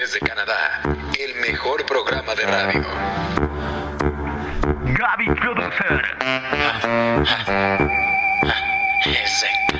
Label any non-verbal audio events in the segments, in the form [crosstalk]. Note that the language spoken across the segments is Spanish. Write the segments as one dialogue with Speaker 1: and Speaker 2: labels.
Speaker 1: desde Canadá, el mejor programa de radio.
Speaker 2: Gaby Producer.
Speaker 1: Exacto.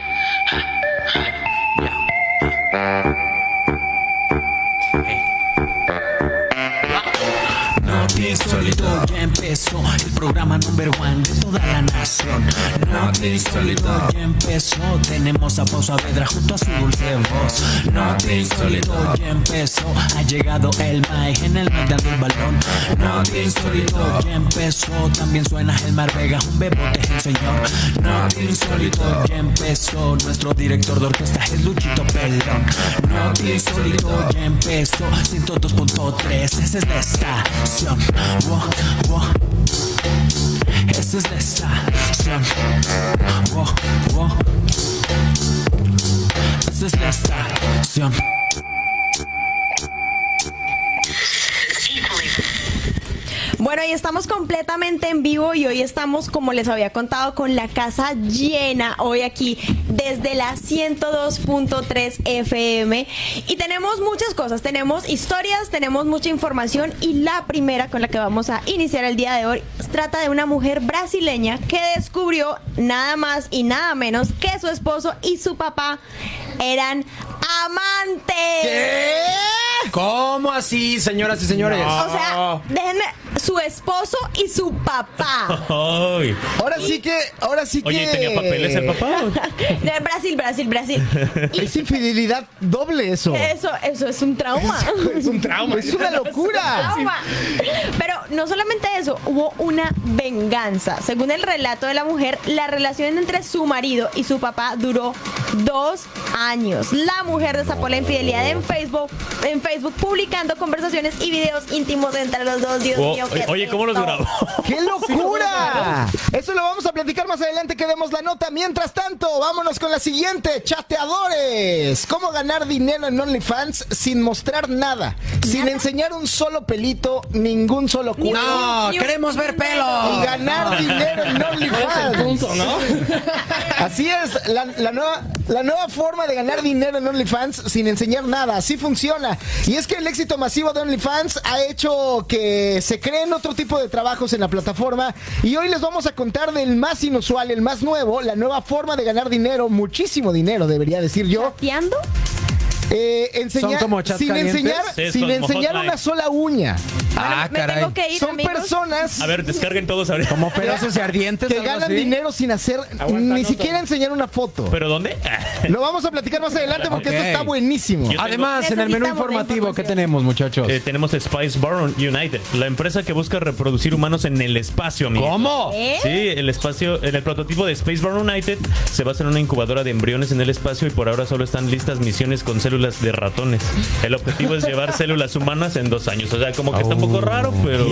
Speaker 3: No te solito, ya empezó el programa número one de toda la nación. No te solito, ya empezó. Tenemos a Pau Saavedra junto a su dulce voz. No te solito, ya empezó. Ha llegado el Mike en el medio del balón. No te solito, ya empezó. También suena el Mar Vega, un bebote es el señor. No te solito, ya empezó. Nuestro director de orquesta es Luchito Pelón. No te solito, ya empezó. 102.3, esa es la estación. Wow, wow. Esa es la estación. Wow, wow. Esa es la estación.
Speaker 4: Bueno, y estamos completamente en vivo y hoy estamos, como les había contado, con la casa llena hoy aquí desde la 102.3 FM. Y tenemos muchas cosas, tenemos historias, tenemos mucha información y la primera con la que vamos a iniciar el día de hoy trata de una mujer brasileña que descubrió nada más y nada menos que su esposo y su papá eran amantes.
Speaker 5: ¿Cómo así, señoras y señores?
Speaker 6: Ah.
Speaker 4: O sea, déjenme, su esposo y su papá.
Speaker 6: Ay.
Speaker 5: Ahora sí que, ahora sí que.
Speaker 6: Oye, ¿y tenía papeles el papá?
Speaker 4: De Brasil, Brasil, Brasil. Y
Speaker 5: [laughs] Es infidelidad doble eso.
Speaker 4: eso, eso [laughs] es un trauma.
Speaker 5: Es un trauma. Es una locura.
Speaker 4: Trauma. Pero no solamente eso, hubo una venganza. Según el relato de la mujer, la relación entre su marido y su papá duró dos años. La mujer destapó la infidelidad en Facebook, en Facebook publicando conversaciones y videos íntimos entre los dos. Dios
Speaker 6: Oh,
Speaker 4: mío,
Speaker 6: oye,
Speaker 4: ¿qué
Speaker 6: oye,
Speaker 4: es
Speaker 6: ¿cómo los
Speaker 4: esto?
Speaker 6: grabó?
Speaker 5: ¡Qué locura! Eso lo vamos a platicar más adelante que demos la nota. Mientras tanto, vámonos con la siguiente. Chateadores. ¿Cómo ganar dinero en OnlyFans sin mostrar nada? Sin enseñar un solo pelito, ningún solo culo.
Speaker 4: No, queremos ver
Speaker 5: Y
Speaker 4: pelo.
Speaker 5: ganar dinero en OnlyFans. Así es, la, la nueva, la nueva forma de ganar dinero en OnlyFans sin enseñar nada, así funciona. Y es que el éxito masivo de OnlyFans ha hecho que se creen otro tipo de trabajos en la plataforma y hoy les vamos a contar del más inusual, el más nuevo, la nueva forma de ganar dinero, muchísimo dinero debería decir yo,
Speaker 4: ¿Chateando?
Speaker 5: Eh, enseñar,
Speaker 7: ¿Son como chats
Speaker 5: sin
Speaker 7: calientes?
Speaker 5: enseñar,
Speaker 6: Sí,
Speaker 5: sin
Speaker 6: son
Speaker 5: enseñar
Speaker 6: hotline.
Speaker 5: una sola uña.
Speaker 7: Ah,
Speaker 4: Me tengo que ir,
Speaker 5: Son
Speaker 4: amigos.
Speaker 5: personas
Speaker 6: A ver, descarguen todos ahorita.
Speaker 7: Como pedazos y ardientes.
Speaker 5: que
Speaker 7: algo
Speaker 5: ganan
Speaker 7: así.
Speaker 5: dinero sin hacer ni siquiera enseñar una foto.
Speaker 6: ¿Pero dónde? [laughs]
Speaker 5: Lo vamos a platicar más adelante porque
Speaker 7: Ok.
Speaker 5: esto está buenísimo.
Speaker 6: Yo-
Speaker 7: Además, en el menú
Speaker 4: Necesitamos
Speaker 7: informativo, ¿qué
Speaker 4: información.
Speaker 7: tenemos, muchachos?
Speaker 6: Eh, tenemos Spice Baron United, la empresa que busca reproducir humanos en el espacio, amigo.
Speaker 7: ¿Cómo?
Speaker 4: ¿Eh?
Speaker 6: Sí, el espacio, en el prototipo de Space Bar United se basa en una incubadora de embriones en el espacio y por ahora solo están listas misiones con células de ratones. El objetivo es
Speaker 5: [laughs]
Speaker 6: llevar células humanas en dos años. O sea, como que está un
Speaker 5: Oh,
Speaker 6: poco raro, pero.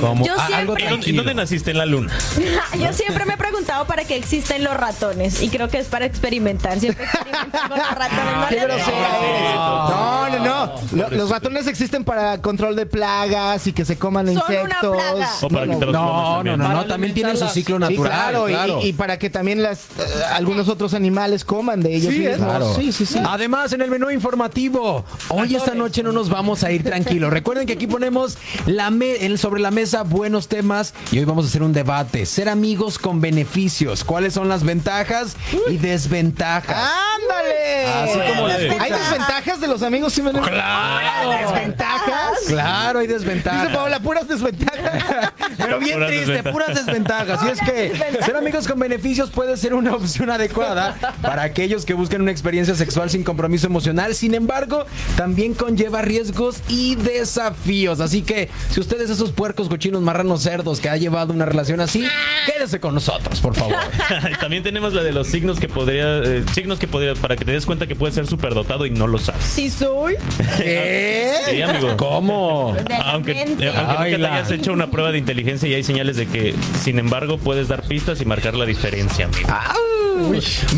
Speaker 7: ¿Cómo?
Speaker 4: Yo
Speaker 7: Ah,
Speaker 4: siempre-
Speaker 7: algo
Speaker 6: ¿Y dónde, y
Speaker 7: tranquilo.
Speaker 6: dónde naciste? En la luna.
Speaker 4: [laughs] Yo siempre me he preguntado para qué existen los ratones y creo que es para experimentar. Siempre experimentamos los ratones. Ah, No
Speaker 5: Ah, Qué
Speaker 4: les-
Speaker 5: grosera eres. No, no, no. Lo- los ratones existen para control de plagas y que se coman
Speaker 4: Son una
Speaker 5: insectos.
Speaker 4: plaga.
Speaker 6: O para
Speaker 5: No,
Speaker 6: quitar los
Speaker 5: no.
Speaker 6: plomas
Speaker 7: No, no, no,
Speaker 6: también.
Speaker 7: no, también tienen su ciclo
Speaker 5: Sí,
Speaker 7: natural.
Speaker 5: claro, y-
Speaker 7: claro.
Speaker 5: Y, y para que también las eh, algunos otros animales coman de ellos. mismos.
Speaker 7: Claro. Ah.
Speaker 5: Sí, sí, sí.
Speaker 7: Además, en el menú informativo, hoy esta noche no nos vamos a ir
Speaker 5: [laughs]
Speaker 7: tranquilos. Recuerden que aquí ponemos la me- el- sobre la mesa buenos temas y hoy vamos a hacer un debate. Ser amigos con beneficios. ¿Cuáles son las ventajas y desventajas?
Speaker 5: Ah, ¡Ándale!
Speaker 7: Así
Speaker 6: como de-
Speaker 5: ¿Hay desventajas de los amigos? Sí, Manuel?
Speaker 6: Ah.
Speaker 5: ¿Desventajas?
Speaker 7: Claro, hay
Speaker 5: Dice
Speaker 7: desventajas.
Speaker 5: Paola,
Speaker 6: [laughs]
Speaker 5: puras desventajas.
Speaker 7: Pero bien
Speaker 6: Puras
Speaker 7: triste,
Speaker 6: desventajas.
Speaker 7: puras desventajas. Y es que ser amigos con beneficios puede ser una opción adecuada para aquellos que buscan una experiencia sexual sin compromiso emocional. Sin embargo, también conlleva riesgos y desafíos. Así que, si ustedes esos puercos, cochinos, marranos, cerdos que ha llevado una relación así, quédese con nosotros, por
Speaker 5: [laughs]
Speaker 7: favor.
Speaker 6: [laughs] También tenemos la de los signos que podría, eh, signos que podría, para que te des cuenta que puedes ser superdotado y no lo sabes.
Speaker 4: Sí soy.
Speaker 6: Sí, amigo.
Speaker 7: ¿Eh? ¿Cómo?
Speaker 5: Ah,
Speaker 6: Aunque, eh, aunque
Speaker 4: Realmente.
Speaker 6: nunca
Speaker 7: Ay,
Speaker 6: te
Speaker 7: la-
Speaker 6: hayas hecho una
Speaker 8: Ah,
Speaker 6: prueba de inteligencia y hay señales de que, sin embargo, puedes dar pistas y marcar la diferencia, amigo.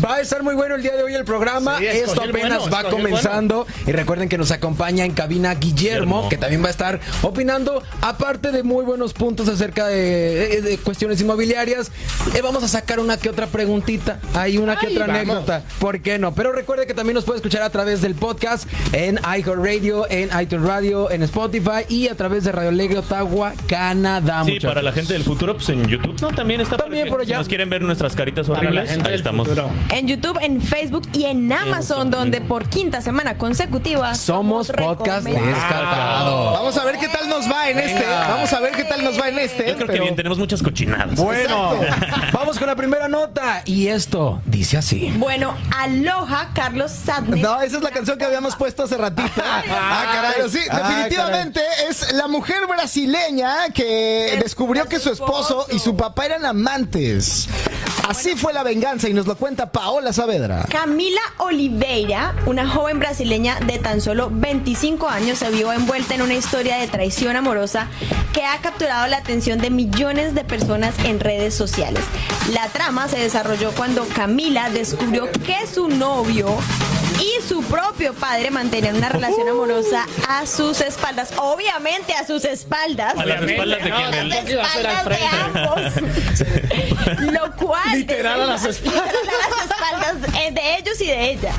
Speaker 8: Va a estar muy bueno el día de hoy el programa.
Speaker 9: Sí, escogió
Speaker 8: Esto
Speaker 9: el
Speaker 8: apenas
Speaker 9: bueno,
Speaker 8: va
Speaker 9: escogió el
Speaker 8: comenzando. Y recuerden que nos acompaña en cabina Guillermo,
Speaker 6: Guillermo.
Speaker 8: que también va a estar opinando, aparte de muy buenos puntos acerca de, eh, de cuestiones inmobiliarias. eh, vamos a sacar una que otra preguntita. Hay una que
Speaker 9: Ay,
Speaker 8: otra
Speaker 9: vamos.
Speaker 8: anécdota. ¿Por qué no? Pero recuerde que también nos puede escuchar a través del podcast en iHeartRadio, en iTunes Radio, en Spotify y a través de Radio Alegre Ottawa, Canadá.
Speaker 6: Sí,
Speaker 8: muchachos.
Speaker 6: para la gente del futuro, pues en YouTube. No, también está
Speaker 8: También
Speaker 6: porque
Speaker 8: por allá.
Speaker 6: Si nos quieren ver nuestras caritas horribles, ahí estamos.
Speaker 4: En YouTube, en Facebook y en Amazon, donde por quinta semana consecutiva
Speaker 8: Somos podcast
Speaker 6: Ah,
Speaker 4: recomendados.
Speaker 8: descartado.
Speaker 5: Vamos a ver qué tal nos va en este. Vamos a ver qué tal nos va en este.
Speaker 6: Yo creo que
Speaker 5: pero-
Speaker 6: bien, tenemos muchas cochinadas.
Speaker 8: Bueno,
Speaker 5: Exacto.
Speaker 8: vamos con la primera nota. Y esto dice así.
Speaker 4: Bueno, aloha, Carlos Sadney.
Speaker 5: No, esa es la canción que habíamos puesto hace ratito. Ah, caray. Pero sí,
Speaker 8: Ah,
Speaker 5: definitivamente es la mujer brasileña que descubrió que su esposo y su papá eran amantes. Así fue la venganza y nos lo cuenta Paola Saavedra.
Speaker 4: Camila Oliveira, una joven brasileña de tan solo 25 años, se vio envuelta en una historia de traición amorosa que ha capturado la atención de millones de personas en redes sociales. La trama se desarrolló cuando Camila descubrió que su novio y su propio padre mantenían una relación amorosa a sus espaldas, obviamente a sus espaldas.
Speaker 6: A las espaldas de
Speaker 9: No,
Speaker 6: quien él.
Speaker 9: tampoco iba a ser al
Speaker 4: Espaldas de ambos. [laughs] Lo cual.
Speaker 9: Literal a las espaldas.
Speaker 4: Literal a las espaldas eh, de ellos y de ella.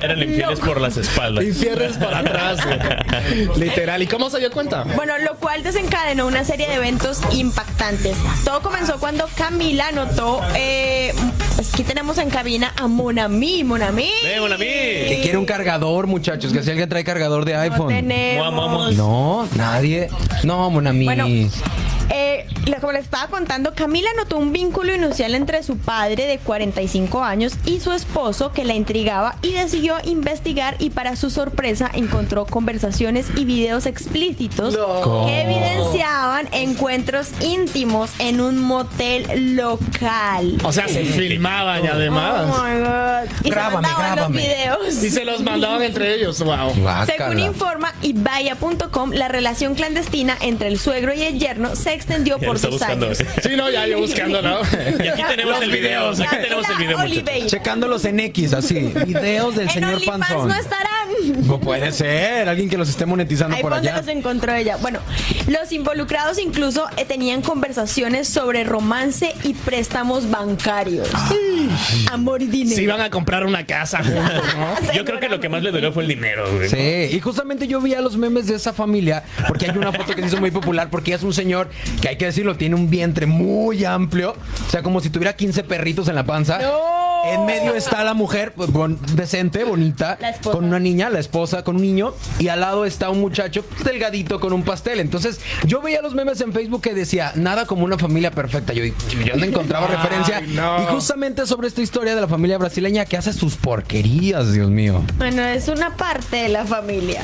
Speaker 6: Eran infieles por las espaldas.
Speaker 9: Infiernes para atrás.
Speaker 6: [laughs]
Speaker 9: güey. Literal. ¿Y cómo se dio cuenta?
Speaker 4: Bueno, lo cual desencadenó una serie de eventos impactantes. Todo comenzó cuando Camila notó. Eh, pues aquí tenemos en cabina a Monami. Monami.
Speaker 6: Ve, Mon Ami.
Speaker 8: Que quiere un cargador, muchachos. Que si alguien trae cargador de
Speaker 4: No
Speaker 8: iPhone.
Speaker 4: tenemos.
Speaker 6: Mua, mua, mua.
Speaker 8: No, nadie. No, Monami.
Speaker 4: Bueno, eh, la- como les estaba contando, Camila notó un vínculo inusual entre su padre de 45 años y su esposo que la intrigaba y decidió investigar y para su sorpresa encontró conversaciones y videos explícitos que evidenciaban encuentros íntimos en un motel local.
Speaker 9: O sea, se filmaban y además.
Speaker 4: Oh my God. Y se
Speaker 8: Grábame,
Speaker 4: mandaban los
Speaker 8: grábame.
Speaker 4: videos.
Speaker 9: Y se los mandaban entre ellos. Wow.
Speaker 8: Guácala.
Speaker 4: Según informa Ibaya.com, la relación clandestina entre el suegro y el yerno se extendió
Speaker 6: Ya lo
Speaker 4: por
Speaker 6: está
Speaker 4: sus
Speaker 6: buscando. [laughs] eh.
Speaker 4: años.
Speaker 9: Sí, no, ya yo buscando,
Speaker 4: [laughs]
Speaker 9: ¿no?
Speaker 6: Y aquí tenemos
Speaker 9: Los
Speaker 6: el video.
Speaker 9: videos.
Speaker 6: Aquí tenemos el video. muchachos.
Speaker 8: Checándolos en X, así. Videos
Speaker 4: [laughs]
Speaker 8: del
Speaker 4: en
Speaker 8: señor
Speaker 4: OnlyFans
Speaker 8: Panzón.
Speaker 4: no estarán.
Speaker 8: No puede ser. Alguien que los esté monetizando
Speaker 4: Ahí
Speaker 8: por
Speaker 4: donde
Speaker 8: allá.
Speaker 4: los encontró ella. Bueno, los involucrados incluso eh, tenían conversaciones sobre romance y préstamos bancarios. Amor y dinero.
Speaker 9: Se iban a comprar una casa juntos, ¿no?
Speaker 6: Yo creo que lo que más le dolió fue el dinero, güey.
Speaker 8: Sí, y justamente yo vi a los memes de esa familia, porque hay una foto que se hizo muy popular, porque es un señor que hay que decirlo, tiene un vientre muy amplio, o sea, como si tuviera 15 perritos en la panza. En medio está la mujer pues, bon- decente, bonita,
Speaker 4: La esposa.
Speaker 8: con una niña, la esposa, con un niño, y al lado está un muchacho delgadito con un pastel. Entonces, yo veía los memes en Facebook que decía, nada como una familia perfecta. Yo, yo no encontraba
Speaker 9: Ay,
Speaker 8: referencia.
Speaker 9: no.
Speaker 8: Y justamente sobre esta historia de la familia brasileña que hace sus porquerías, Dios mío.
Speaker 4: Bueno, es una parte de la familia.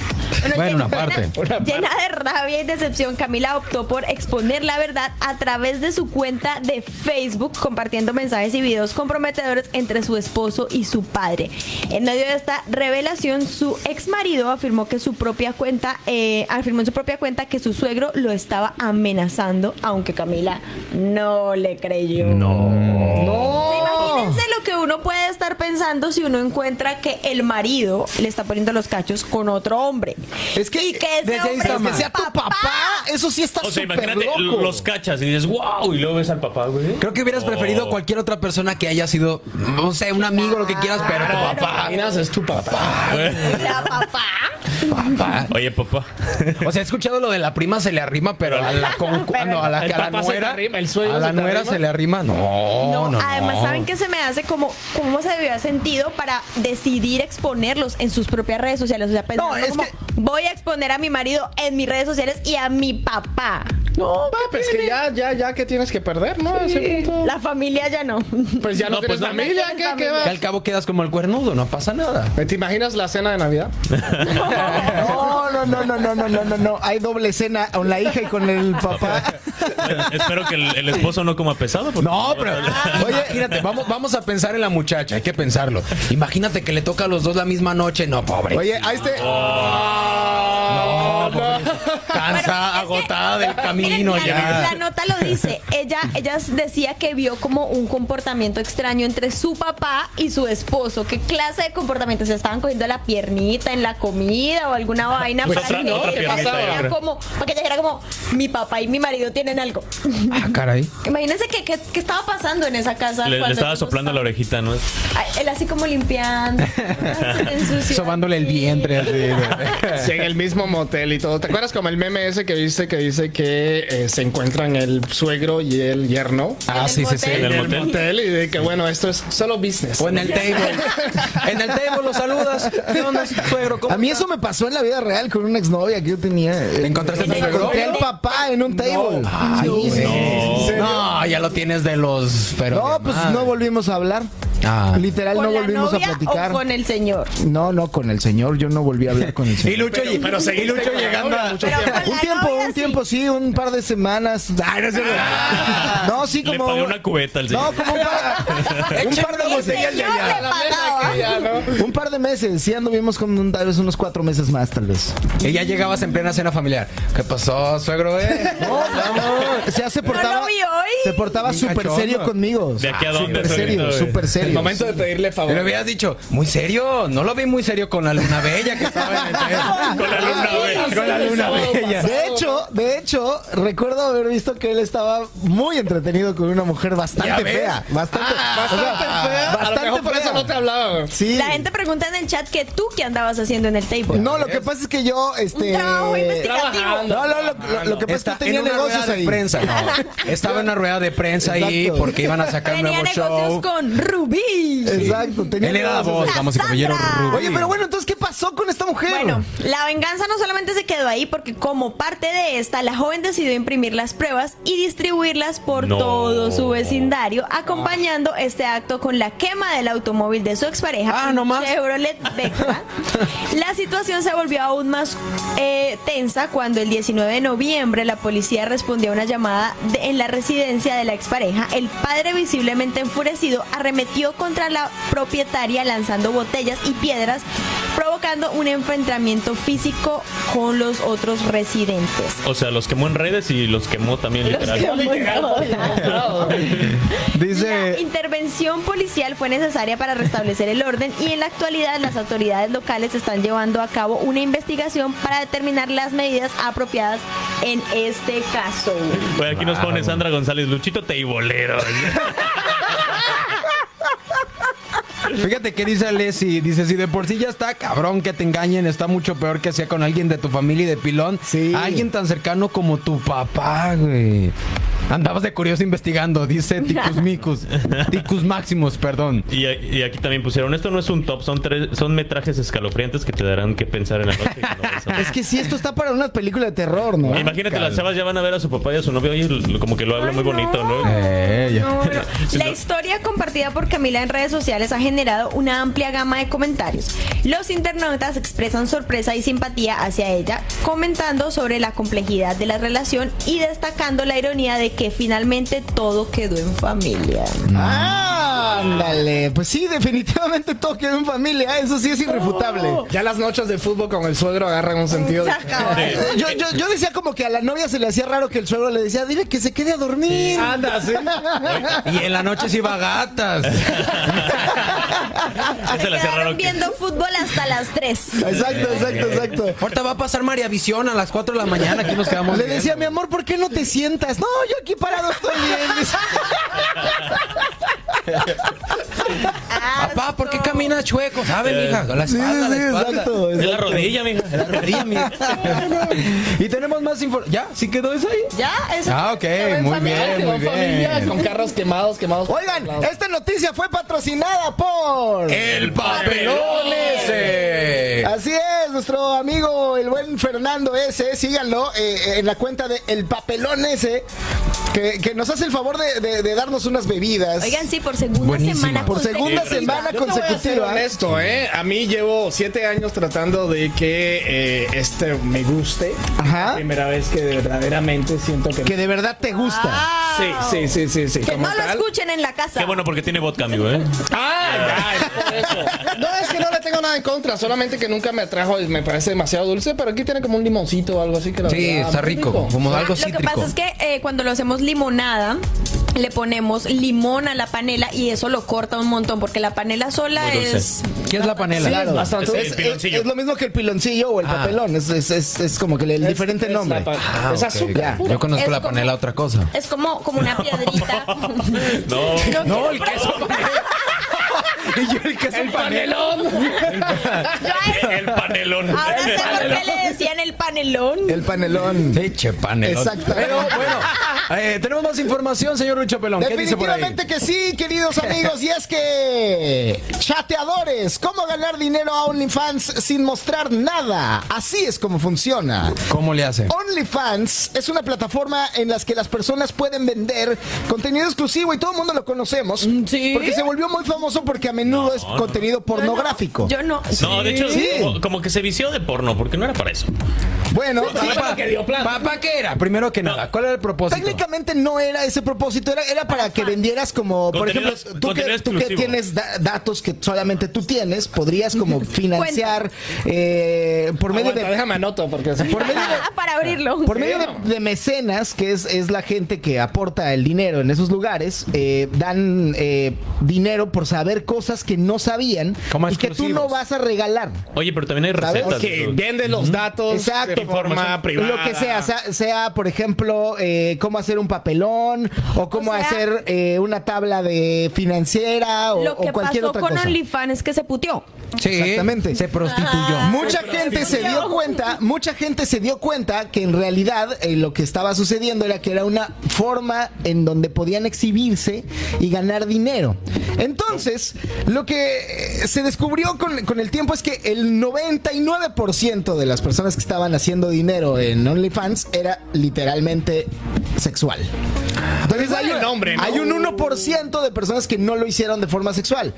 Speaker 8: Bueno, una
Speaker 4: llena-
Speaker 8: parte.
Speaker 4: [laughs] Llena de rabia y decepción, Camila optó por exponer la verdad a través de su cuenta de Facebook, compartiendo mensajes y videos comprometedores entre su esposo y su padre. En medio de esta revelación, su ex marido afirmó que su propia cuenta, eh, afirmó en su propia cuenta que su suegro lo estaba amenazando, aunque Camila no le creyó. Pues Imagínense
Speaker 5: Oh.
Speaker 4: lo que uno puede estar pensando si uno encuentra que el marido le está poniendo los cachos con otro hombre.
Speaker 5: Es que,
Speaker 4: y que ese
Speaker 5: desde ahí
Speaker 4: hombre
Speaker 5: está
Speaker 4: es
Speaker 5: mal.
Speaker 4: su
Speaker 5: que sea tu papá, eso sí está
Speaker 6: O sea,
Speaker 5: súper
Speaker 6: imagínate,
Speaker 5: loco.
Speaker 6: los cachas y dices, wow, y luego ves al papá, güey. Oh.
Speaker 8: Creo que hubieras preferido cualquier otra persona que haya sido, no sé, un amigo, lo que quieras, pero tu papá.
Speaker 9: Imaginas, es tu papá.
Speaker 4: [laughs] La papá.
Speaker 8: papá.
Speaker 6: Oye, papá.
Speaker 8: O sea, he escuchado lo de la prima se le arrima, pero a la, con- no, a la,
Speaker 9: El
Speaker 8: a la
Speaker 9: papá se te
Speaker 8: nuera,
Speaker 9: arrima, el suegro
Speaker 8: a la
Speaker 9: se te
Speaker 8: nuera
Speaker 9: arrima.
Speaker 8: se le arrima.
Speaker 5: Oh,
Speaker 8: No, no,
Speaker 4: No,
Speaker 8: no.
Speaker 4: además, ¿saben qué se me hace como cómo se debió haber sentido para decidir exponerlos en sus propias redes sociales? O sea, pensando
Speaker 5: es
Speaker 4: como,
Speaker 5: que-
Speaker 4: voy a exponer a mi marido en mis redes sociales y a mi papá.
Speaker 9: No, pues que ya, ya, ya, que tienes que perder, ¿no? A ese punto.
Speaker 4: La familia ya no.
Speaker 9: Pues ya no,
Speaker 6: No,
Speaker 9: tienes
Speaker 6: pues no.
Speaker 4: [laughs]
Speaker 9: familia, ¿qué, qué
Speaker 8: Que
Speaker 9: va?
Speaker 8: al cabo quedas como el cuernudo, no pasa nada.
Speaker 9: ¿Te imaginas la cena de Navidad?
Speaker 5: No, no, no, no, no, no, no, no, no. Hay doble escena con la hija y con el
Speaker 9: [laughs]
Speaker 5: papá.
Speaker 6: [laughs] Espero que el, el esposo no coma pesado. porque-
Speaker 8: No, pero oye, imagínate, vamos, vamos a pensar en la muchacha, hay que pensarlo. Imagínate que le toca a los dos la misma noche, no, pobre.
Speaker 5: Oye, a este.
Speaker 9: No, no,
Speaker 7: Ah,
Speaker 4: Bueno, es
Speaker 2: Cansada,
Speaker 4: que-
Speaker 2: agotada del
Speaker 4: Miren,
Speaker 2: camino
Speaker 4: la, la
Speaker 2: ya.
Speaker 4: nota lo dice. Ella, ella decía que vio como un comportamiento extraño entre su papá y su esposo. ¿Qué clase de comportamiento? Se estaban cogiendo la piernita en la comida o alguna vaina
Speaker 6: Pues
Speaker 4: para,
Speaker 6: otra-
Speaker 4: que
Speaker 6: otra
Speaker 4: ella
Speaker 6: piernita y
Speaker 4: dijera
Speaker 6: otra.
Speaker 4: como, para que ella dijera como, mi papá y mi marido tienen algo.
Speaker 7: Ah, caray.
Speaker 4: Imagínense que, que- que estaba pasando en esa casa.
Speaker 6: Le, le
Speaker 4: cuando
Speaker 6: estaba
Speaker 4: ellos
Speaker 6: soplando la
Speaker 4: estaban-
Speaker 6: orejita, ¿no?
Speaker 4: Ay, Él así como limpiando.
Speaker 7: [laughs]
Speaker 4: ensuciando.
Speaker 7: Sobándole el vientre. así, de-
Speaker 2: Sí, en el mismo motel y todo. ¿Te acuerdas como el meme ese que viste que dice que eh, se encuentran el suegro y el yerno?
Speaker 7: Ah, sí, sí, sí.
Speaker 4: En
Speaker 2: En
Speaker 6: el
Speaker 2: el
Speaker 6: motel.
Speaker 2: motel y de que bueno, esto es solo business.
Speaker 7: O en el table. En el table lo saludas. ¿Qué
Speaker 5: [laughs]
Speaker 7: onda, suegro? ¿Cómo
Speaker 5: A mí
Speaker 7: está?
Speaker 5: eso me pasó en la vida real con una exnovia que yo tenía. ¿Te
Speaker 7: encontraste
Speaker 4: a tu
Speaker 5: Encontré
Speaker 4: suegro?
Speaker 5: al papá en un table. Sí, sí, sí, sí.
Speaker 7: No, ya lo tienes de los. Pero
Speaker 5: No,
Speaker 7: de
Speaker 5: pues
Speaker 7: madre.
Speaker 5: no volvimos a hablar.
Speaker 7: Ah.
Speaker 5: Literal,
Speaker 4: ¿Con
Speaker 5: no
Speaker 4: la
Speaker 5: volvimos a
Speaker 4: novia
Speaker 5: platicar.
Speaker 4: O con el señor.
Speaker 5: No, no, con el señor. Yo no volví a hablar con el
Speaker 7: Y
Speaker 5: señor.
Speaker 7: Lucho, y- y Lucho llegando a.
Speaker 4: Pero [laughs] con la
Speaker 5: Un tiempo,
Speaker 4: novia
Speaker 5: un
Speaker 4: sí.
Speaker 5: tiempo, sí, un par de semanas. Ay, no, es cierto.
Speaker 4: Ah.
Speaker 7: Ah.
Speaker 5: No, sí,
Speaker 6: Le
Speaker 5: como.
Speaker 6: pagué una cubeta al
Speaker 5: No,
Speaker 6: señor.
Speaker 5: como un
Speaker 8: [laughs]
Speaker 5: par, [laughs] un par de
Speaker 4: El
Speaker 5: meses.
Speaker 4: señor le
Speaker 2: Ah,
Speaker 4: pagaba.
Speaker 5: Un par de meses, sí anduvimos con un, tal vez unos cuatro meses más, tal vez.
Speaker 7: Y ya llegabas en plena cena familiar. ¿Qué pasó, suegro? Eh?
Speaker 4: Oh,
Speaker 5: No, no, ya se portaba.
Speaker 4: vi hoy.
Speaker 5: Se portaba
Speaker 7: Bien
Speaker 5: súper
Speaker 7: cachondo.
Speaker 5: serio conmigo.
Speaker 6: ¿De aquí a dónde,
Speaker 5: Súper serio,
Speaker 6: suegrito, güey?
Speaker 5: súper
Speaker 2: El
Speaker 5: serio.
Speaker 2: momento de pedirle
Speaker 7: Y le
Speaker 2: favor.
Speaker 7: habías dicho, muy serio. No lo vi muy serio con la luna bella que estaba en el Ah, tren.
Speaker 6: Con la luna, güey.
Speaker 7: Con la luna bella.
Speaker 5: De hecho, de hecho, recuerdo haber visto que él estaba muy entretenido con una mujer
Speaker 7: Ya
Speaker 5: bastante
Speaker 7: ves.
Speaker 5: fea. Bastante,
Speaker 2: Bastante fea. A lo
Speaker 5: Bastante
Speaker 2: mejor por
Speaker 5: fea.
Speaker 2: eso no te hablaba. güey.
Speaker 5: Sí.
Speaker 4: La gente pregunta en el chat que tú qué andabas haciendo en el table.
Speaker 5: No, lo que pasa es que yo,
Speaker 4: Un
Speaker 5: este.
Speaker 4: trabajo investigativo.
Speaker 2: Trabajando.
Speaker 5: No, no, lo,
Speaker 8: Ah,
Speaker 5: lo- lo que pasa
Speaker 7: Está
Speaker 5: es que tenía
Speaker 7: en una
Speaker 5: negocios
Speaker 7: rueda de
Speaker 5: ahí.
Speaker 7: prensa. no. Estaba en una rueda de prensa ahí
Speaker 5: Exacto.
Speaker 7: porque iban a sacar
Speaker 4: Tenía
Speaker 7: nuevo
Speaker 4: negocios
Speaker 7: show.
Speaker 4: con Rubí.
Speaker 5: Exacto, tenía
Speaker 7: Él era la
Speaker 5: negocios.
Speaker 7: voz, vamos y caballero
Speaker 4: Cassandra.
Speaker 7: Rubí.
Speaker 5: Oye, pero bueno, entonces, ¿qué pasó con esta mujer?
Speaker 4: Bueno, la venganza no solamente se quedó ahí porque como parte de esta, la joven decidió imprimir las pruebas y distribuirlas por
Speaker 6: No.
Speaker 4: todo su vecindario, acompañando este acto con la quema del automóvil de su expareja,
Speaker 7: Ah,
Speaker 4: un
Speaker 7: ¿no más?
Speaker 4: Chevrolet Vectra.
Speaker 7: [laughs]
Speaker 4: la situación se volvió aún más eh, tensa cuando el 19 de noviembre la policía respondió a una llamada de- en la residencia de la expareja. El padre visiblemente enfurecido arremetió contra la propietaria lanzando botellas y piedras provocando un enfrentamiento físico con los otros residentes.
Speaker 6: O sea, los quemó en redes y los quemó también, literal.
Speaker 4: La intervención policial fue necesaria para restablecer el orden y en la actualidad las autoridades locales están llevando a cabo una investigación para determinar las medidas apropiadas en este caso.
Speaker 6: Oye, aquí nos pone Sandra González, Luchito Teibolero.
Speaker 7: Fíjate que dice Alessi, dice, si de por sí ya está cabrón que te engañen, está mucho peor que sea con alguien de tu familia y de pilón.
Speaker 5: Sí.
Speaker 7: Alguien tan cercano como tu papá, güey. Andabas de curioso investigando, dice Ticus Micus. Ticus Maximus, perdón.
Speaker 6: Y, a- y aquí también pusieron, esto no es un top, son tres, son metrajes escalofriantes que te darán que pensar en la noche. cuando ves a-
Speaker 5: Es que sí, esto está para una película de terror, ¿no?
Speaker 6: Imagínate, las chavas ya van a ver a su papá y a su novio y lo- como que lo habla
Speaker 4: Ay,
Speaker 6: muy bonito,
Speaker 4: no.
Speaker 6: ¿no?
Speaker 7: Eh, ya.
Speaker 4: No, no.
Speaker 6: Si
Speaker 4: La
Speaker 6: no-
Speaker 4: historia compartida por Camila en redes sociales ha generado una amplia gama de comentarios. Los internautas expresan sorpresa y simpatía hacia ella, comentando sobre la complejidad de la relación y destacando la ironía de que finalmente todo quedó en familia.
Speaker 5: Ándale, pues sí, definitivamente todo quedó en familia, eso sí es irrefutable.
Speaker 2: Oh. Ya las noches de fútbol con el suegro agarran un sentido.
Speaker 4: Se
Speaker 2: de-
Speaker 4: acabó.
Speaker 5: Eh, Yo, yo, yo decía como que a la novia se le hacía raro que el suegro le decía, dile que se quede a dormir.
Speaker 2: Anda, sí.
Speaker 7: Y en la noche sí iba a gatas.
Speaker 6: Ya se
Speaker 4: Se
Speaker 6: la cerraron
Speaker 4: quedaron
Speaker 6: que-
Speaker 4: viendo fútbol hasta las 3.
Speaker 5: Exacto, exacto, exacto.
Speaker 7: Ahorita va a pasar María Visión a las 4 de la mañana, aquí nos quedamos.
Speaker 5: Le
Speaker 7: viendo.
Speaker 5: decía, mi amor, ¿por qué no te sientas? No, yo aquí parado estoy bien.
Speaker 2: [laughs]
Speaker 5: Dice,
Speaker 7: Papá, ¿por qué caminas chueco? ¿Sabe, mija? Con la
Speaker 5: Sí,
Speaker 7: espalda, la
Speaker 5: sí,
Speaker 7: espalda.
Speaker 5: exacto.
Speaker 6: Es la
Speaker 5: exacto.
Speaker 6: rodilla, mija.
Speaker 7: La rodilla, mija. y tenemos más información. ¿Ya? ¿Sí quedó eso ahí?
Speaker 4: Ya, eso.
Speaker 7: Ah, ok, muy bien, muy
Speaker 2: Con familia,
Speaker 7: bien.
Speaker 2: con carros quemados, quemados.
Speaker 5: Oigan, esta noticia fue patrocinada por...
Speaker 7: El papelón ese.
Speaker 5: Así es, nuestro amigo, el buen Fernando S. Síganlo eh, en la cuenta de El Papelón S. Que, que nos hace el favor de, de- de darnos unas bebidas.
Speaker 4: Oigan, sí, por segunda
Speaker 7: Buenísimo.
Speaker 4: semana.
Speaker 5: Por segunda
Speaker 4: consecutiva.
Speaker 5: semana
Speaker 2: Yo te voy a ser
Speaker 5: consecutiva.
Speaker 2: honesto, ¿eh? A mí llevo siete años tratando de que eh, este me guste.
Speaker 5: Ajá.
Speaker 2: Primera vez que verdaderamente siento que.
Speaker 5: Que de verdad te gusta.
Speaker 2: Sí, sí, sí, sí, sí.
Speaker 4: Que
Speaker 2: como
Speaker 4: no lo
Speaker 2: tal.
Speaker 4: escuchen en la casa.
Speaker 6: Qué bueno porque tiene vodka, amigo, ¿eh?
Speaker 2: Ah, ya, es
Speaker 5: [laughs]
Speaker 2: por eso. No, es que no le tengo nada en contra, solamente que nunca me atrajo y me parece demasiado dulce, pero aquí tiene como un limoncito o algo así que la
Speaker 8: Sí,
Speaker 2: verdad,
Speaker 8: está
Speaker 2: muy
Speaker 8: rico, como algo
Speaker 4: Lo que
Speaker 8: cítrico.
Speaker 4: pasa es que eh, cuando lo hacemos limonada, le ponemos limón a la panela y eso lo corta un montón porque la panela sola
Speaker 6: Muy dulce.
Speaker 4: es
Speaker 7: ¿Qué es la panela?
Speaker 2: Claro.
Speaker 5: Bastante.
Speaker 6: Es el
Speaker 5: Es, es-
Speaker 6: piloncillo.
Speaker 5: eh,
Speaker 6: Ah.
Speaker 5: es lo mismo que el piloncillo o el papelón. Es, es- es- es como que el
Speaker 2: Es-
Speaker 5: diferente
Speaker 2: es la
Speaker 5: nombre.
Speaker 2: pa-
Speaker 8: Ah,
Speaker 2: es
Speaker 8: ok,
Speaker 5: [laughs]
Speaker 2: azúcar.
Speaker 8: ok.
Speaker 2: pura.
Speaker 8: Yo conozco
Speaker 4: Es
Speaker 8: la
Speaker 4: como-
Speaker 8: panela otra cosa.
Speaker 4: es como como una piedrita. [laughs]
Speaker 6: No.
Speaker 4: no
Speaker 7: el
Speaker 4: queso.
Speaker 7: Y yo el queso
Speaker 2: panelón.
Speaker 6: El panelón.
Speaker 4: Ahora sé por qué le decían el panelón.
Speaker 5: El panelón.
Speaker 8: Leche panelón.
Speaker 5: Exacto.
Speaker 7: Pero bueno, eh, tenemos más información, señor Lucho Pelón. ¿Qué dice por ahí?
Speaker 5: Definitivamente que sí, queridos amigos. Y es que. Chateadores, ¿cómo ganar dinero a OnlyFans sin mostrar nada? Así es como funciona.
Speaker 7: ¿Cómo le hace?
Speaker 5: Oh, OnlyFans es una plataforma en las que las personas pueden vender contenido exclusivo y todo el mundo lo conocemos.
Speaker 4: sí.
Speaker 5: Porque se volvió muy famoso porque a menudo es contenido pornográfico.
Speaker 4: Yo no.
Speaker 6: No, de hecho,
Speaker 5: Sí.
Speaker 6: como, como que se vició de porno, porque no era para eso.
Speaker 5: Bueno, sí,
Speaker 7: Papá,
Speaker 2: que dio plan.
Speaker 7: papá, ¿qué era? Primero que nada, ¿cuál era el propósito?
Speaker 5: Técnicamente no era ese propósito, era, era para que vendieras como, por
Speaker 6: Contenido-
Speaker 5: ejemplo, tú que,
Speaker 6: contenido
Speaker 5: tú que
Speaker 6: exclusivo.
Speaker 5: tienes da- datos que solamente tú tienes, podrías como financiar eh, por medio
Speaker 2: Aguanta,
Speaker 5: de...
Speaker 2: déjame anoto porque se-
Speaker 5: Por medio de
Speaker 4: Ah, para abrirlo.
Speaker 5: por medio de, de mecenas, que es, es la gente que aporta el dinero en esos lugares, eh, dan eh, dinero por saber cosas que no sabían
Speaker 7: Como
Speaker 5: y que tú
Speaker 7: exclusivos.
Speaker 5: no vas a regalar.
Speaker 6: Oye, pero también hay
Speaker 5: ¿Sabes?
Speaker 6: recetas.
Speaker 2: que
Speaker 6: dude.
Speaker 2: vende los datos
Speaker 5: Exacto.
Speaker 2: de forma
Speaker 6: Información.
Speaker 2: privada.
Speaker 5: Lo que sea, sea, sea, por ejemplo, eh, cómo hacer un papelón o cómo
Speaker 4: sea,
Speaker 5: hacer eh, una tabla de financiera o,
Speaker 4: Lo que
Speaker 5: o cualquier
Speaker 4: pasó
Speaker 5: otra
Speaker 4: con
Speaker 5: cosa.
Speaker 4: OnlyFans es que se puteó.
Speaker 7: Sí,
Speaker 5: Exactamente. Ah.
Speaker 7: Se prostituyó.
Speaker 5: Mucha gente se dio cuenta, mucha gente se dio cuenta que en realidad eh, lo que estaba sucediendo era que era una forma en donde podían exhibirse y ganar dinero. Entonces, lo que eh, se descubrió con, con el tiempo es que el 99% de las personas que estaban haciendo dinero en OnlyFans era literalmente sexual. Entonces
Speaker 2: hay un nombre, ¿no?
Speaker 5: Hay un 1% de personas que no lo hicieron de forma sexual.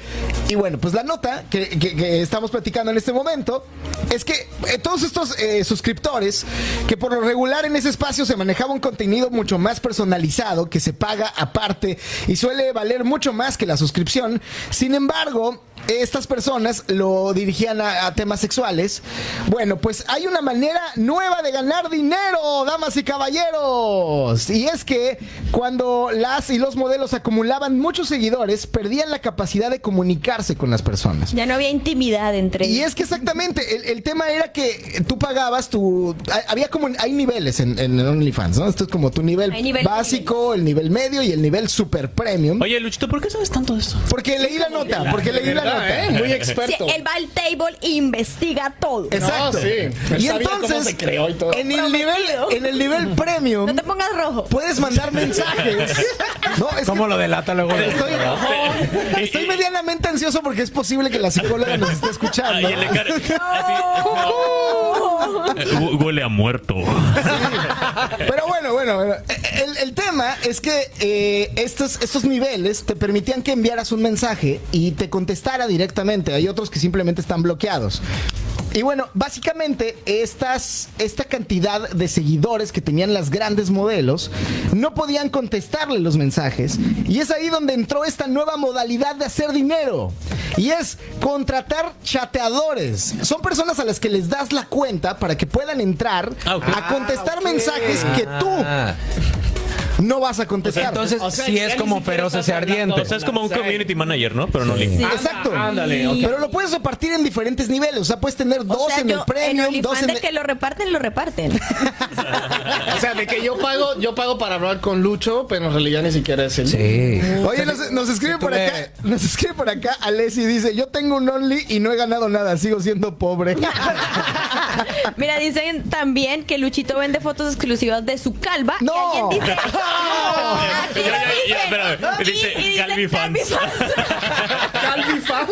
Speaker 5: Y bueno, pues la nota que, que- que estamos platicando en este momento es que eh, todos estos eh, suscriptores, que por lo regular en ese espacio se manejaba un contenido mucho más personalizado, que se paga aparte y suele valer mucho más que la suscripción, sin embargo... Estas personas lo dirigían a, a temas sexuales. Bueno, pues hay una manera nueva de ganar dinero, damas y caballeros. Y es que cuando las y los modelos acumulaban muchos seguidores, perdían la capacidad de comunicarse con las personas.
Speaker 4: Ya no había intimidad entre
Speaker 5: Y es que exactamente, el, el tema era que tú pagabas tu... ha- Había como... Hay niveles en, en OnlyFans, ¿no? Esto es como tu nivel,
Speaker 4: Hay niveles,
Speaker 5: básico, el nivel medio y el nivel super premium.
Speaker 6: Oye, Luchito, ¿por qué sabes tanto de esto?
Speaker 5: Porque leí la nota, porque leí la
Speaker 2: ¿Verdad,
Speaker 5: nota.
Speaker 2: eh? Muy
Speaker 4: Sí,
Speaker 2: experto.
Speaker 4: él va al table e investiga todo.
Speaker 5: Exacto.
Speaker 2: No, sí. Él
Speaker 5: Y
Speaker 2: sabía
Speaker 5: entonces,
Speaker 2: cómo se creó y todo.
Speaker 5: en el nivel,
Speaker 4: Comprometido.
Speaker 5: en el nivel premium,
Speaker 4: No te pongas rojo.
Speaker 5: puedes mandar mensajes. No, es
Speaker 7: ¿Cómo
Speaker 5: que
Speaker 7: lo delata luego?
Speaker 5: estoy, [laughs] estoy medianamente ansioso porque es posible que la psicóloga nos esté escuchando.
Speaker 6: Ay, el [laughs] encar- así, no. Eh, Hu- Huele a muerto.
Speaker 5: Pero bueno, bueno, bueno. El, el tema es que eh, estos, estos niveles te permitían que enviaras un mensaje y te contestara directamente. Hay otros que simplemente están bloqueados. Y bueno, básicamente estas, esta cantidad de seguidores que tenían las grandes modelos no podían contestarle los mensajes. Y es ahí donde entró esta nueva modalidad de hacer dinero. Y es contratar chateadores. Son personas a las que les das la cuenta para que puedan entrar
Speaker 6: Ah, ok.
Speaker 5: a contestar mensajes que tú no vas a contestar.
Speaker 7: Entonces,
Speaker 2: O sea,
Speaker 7: sí
Speaker 2: ya
Speaker 7: es
Speaker 2: ni
Speaker 7: como
Speaker 2: siquiera
Speaker 7: feroz
Speaker 2: estás
Speaker 7: ese
Speaker 2: hablando,
Speaker 7: ardiente.
Speaker 6: O sea, es como un community manager, ¿no? Pero no link.
Speaker 4: Sí.
Speaker 5: Exacto.
Speaker 2: Ándale, ok.
Speaker 5: Pero lo puedes repartir en diferentes niveles. O sea, puedes tener dos
Speaker 4: O sea,
Speaker 5: en
Speaker 4: yo,
Speaker 5: el premium,
Speaker 4: en
Speaker 5: dos
Speaker 4: OnlyFans
Speaker 5: en el...
Speaker 4: de que lo reparten, lo reparten.
Speaker 2: O sea, de que yo pago, yo pago para hablar con Lucho, pero en realidad ni siquiera es él.
Speaker 8: Sí.
Speaker 5: [laughs] Oye, nos, nos escribe por acá, nos escribe por acá Alessi dice, yo tengo un Only y no he ganado nada, sigo siendo pobre.
Speaker 4: Mira, dicen también que Luchito vende fotos exclusivas de su calva.
Speaker 5: ¡No!
Speaker 4: Y alguien
Speaker 5: [laughs]
Speaker 4: dice. Aquí
Speaker 6: Ya, ya, ya,
Speaker 4: lo
Speaker 6: espérame.
Speaker 4: dicen.
Speaker 6: Dice
Speaker 4: Y- y dicen
Speaker 6: Calvifans.
Speaker 4: Calvifans.
Speaker 6: [laughs]
Speaker 2: Calvi Fans.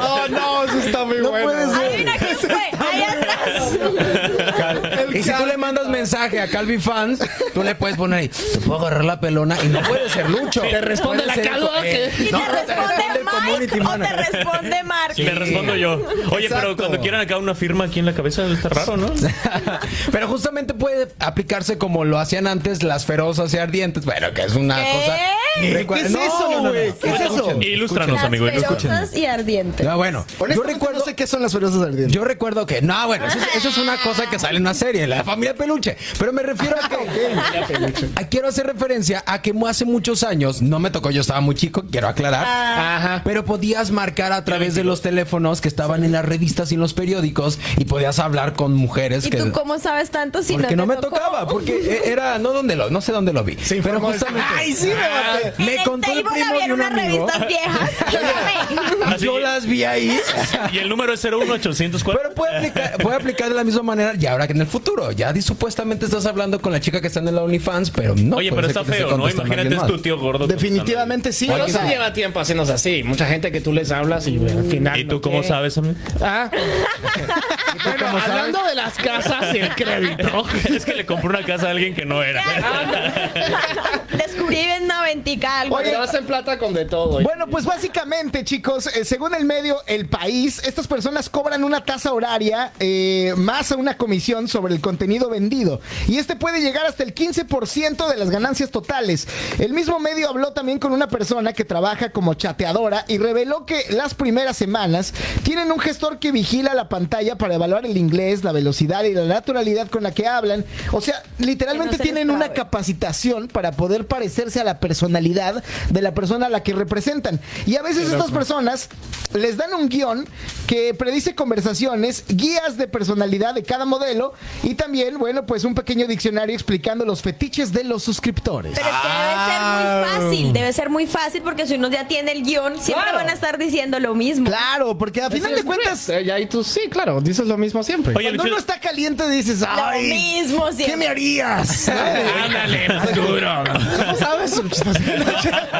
Speaker 2: Oh, no, eso está muy
Speaker 5: No
Speaker 2: bueno.
Speaker 5: puede ser.
Speaker 4: Adivina quién fue. Ahí atrás.
Speaker 6: [laughs]
Speaker 7: Y si tú le mandas mensaje a Calvi Fans,
Speaker 8: Tú le puedes poner ahí, te puedo agarrar la pelona y no puede ser Lucho.
Speaker 2: Te responde
Speaker 8: Puede
Speaker 2: la
Speaker 8: ser-
Speaker 2: calva
Speaker 8: eh,
Speaker 2: que-
Speaker 4: Y te responde
Speaker 7: responde el
Speaker 4: Mario.
Speaker 7: community
Speaker 4: Mike o te
Speaker 7: manager.
Speaker 4: responde Mark.
Speaker 6: Le respondo yo. Oye,
Speaker 7: Exacto.
Speaker 6: pero cuando quieran acá una firma aquí en la cabeza, está raro, ¿no?
Speaker 8: [laughs] Pero justamente puede aplicarse como lo hacían antes las ferozas y ardientes. Bueno, que es una cosa.
Speaker 7: ¿Qué
Speaker 8: Recuerda-
Speaker 7: es
Speaker 8: No,
Speaker 7: eso,
Speaker 8: no, no,
Speaker 7: güey?
Speaker 8: no.
Speaker 7: ¿Qué es eso?
Speaker 6: Ilústranos,
Speaker 4: Las
Speaker 6: amigo. ilústranos.
Speaker 4: perosas y ardientes.
Speaker 8: No, bueno, yo
Speaker 5: Honestamente,
Speaker 8: recuerdo.
Speaker 5: no sé qué son las ferozas ardientes.
Speaker 8: Yo recuerdo que, no, bueno, eso, es- eso es una cosa que sale en una serie, la familia peluche. Pero me refiero
Speaker 7: [laughs]
Speaker 8: a que. Ah, quiero hacer referencia a que mu- hace muchos años, no me tocó, yo estaba muy chico, quiero aclarar.
Speaker 7: Ah.
Speaker 8: Ajá. Pero podías marcar a través de los teléfonos que estaban en las revistas y en los periódicos y podías hablar con mujeres
Speaker 4: ¿Y
Speaker 8: que.
Speaker 4: tú cómo sabes tanto si
Speaker 8: porque no,
Speaker 4: no te
Speaker 8: me
Speaker 4: tocó?
Speaker 8: tocaba, porque e- era, no donde lo, no sé dónde lo vi. pero justamente. Ah.
Speaker 5: Ay, sí, me maté.
Speaker 4: En
Speaker 8: me
Speaker 4: el
Speaker 8: contó el
Speaker 4: table
Speaker 8: primo
Speaker 4: había
Speaker 8: de un
Speaker 4: unas
Speaker 8: amigo.
Speaker 4: revistas viejas.
Speaker 6: Así-
Speaker 8: [laughs] Yo las vi ahí.
Speaker 6: Y el número es 01804.
Speaker 8: Pero puede aplicar, puede aplicar de la misma manera ya ahora que en el futuro. Ya di- supuestamente estás hablando con la chica que está en el OnlyFans, pero no.
Speaker 6: Oye, pero
Speaker 8: puede ser
Speaker 6: está
Speaker 8: pues, que te esté
Speaker 6: feo, ¿no?
Speaker 8: contestando
Speaker 6: Imagínate es
Speaker 8: alguien
Speaker 6: tu tío gordo.
Speaker 5: Definitivamente sí.
Speaker 2: Pero
Speaker 5: o sea,
Speaker 2: se lleva tiempo haciéndose así. Mucha gente que tú les hablas y al final.
Speaker 6: más. ¿Y tú
Speaker 2: no
Speaker 6: cómo
Speaker 2: quiere.
Speaker 6: sabes, amigo?
Speaker 2: Ah. Bueno, hablando de las casas y el crédito.
Speaker 6: [laughs] Es que le compró una casa a alguien que no era.
Speaker 4: [laughs] Descubrí en Noventica algo.
Speaker 2: Oye, hacen plata con de todo. y-
Speaker 5: Bueno, pues básicamente, chicos, eh, según el medio El País, estas personas cobran una tasa horaria eh, más a una comisión sobre el contenido vendido. Y este puede llegar hasta el 15% de las ganancias totales. El mismo medio habló también con una persona que trabaja como chateadora y reveló que las primeras semanas tienen un gestor que vigila la pantalla para evaluar el inglés, la velocidad y la naturalidad con la que hablan. O sea, literalmente
Speaker 4: se les
Speaker 5: tienen una
Speaker 4: trabe.
Speaker 5: capacidad capacitación para poder parecerse a la personalidad de la persona a la que representan. Y a veces estas personas les dan un guión que predice conversaciones, guías de personalidad de cada modelo y también, bueno, pues un pequeño diccionario explicando los fetiches de los suscriptores.
Speaker 4: Pero es que
Speaker 8: Ah.
Speaker 4: debe ser muy fácil, debe ser muy fácil porque si uno ya tiene el guión, siempre
Speaker 2: Claro.
Speaker 4: van a estar diciendo lo mismo.
Speaker 5: Claro, porque a final de cuentas,
Speaker 2: Eh, ya, y tú sí, claro, dices lo mismo siempre.
Speaker 6: Oye,
Speaker 5: cuando
Speaker 6: Luchito-
Speaker 5: uno está caliente dices,
Speaker 4: Lo
Speaker 5: [laughs] ¡ay!
Speaker 4: mismo
Speaker 5: ¿Qué me
Speaker 4: siempre.
Speaker 5: harías?
Speaker 6: Ándale, más duro.
Speaker 5: ¿Cómo sabes?
Speaker 4: [laughs]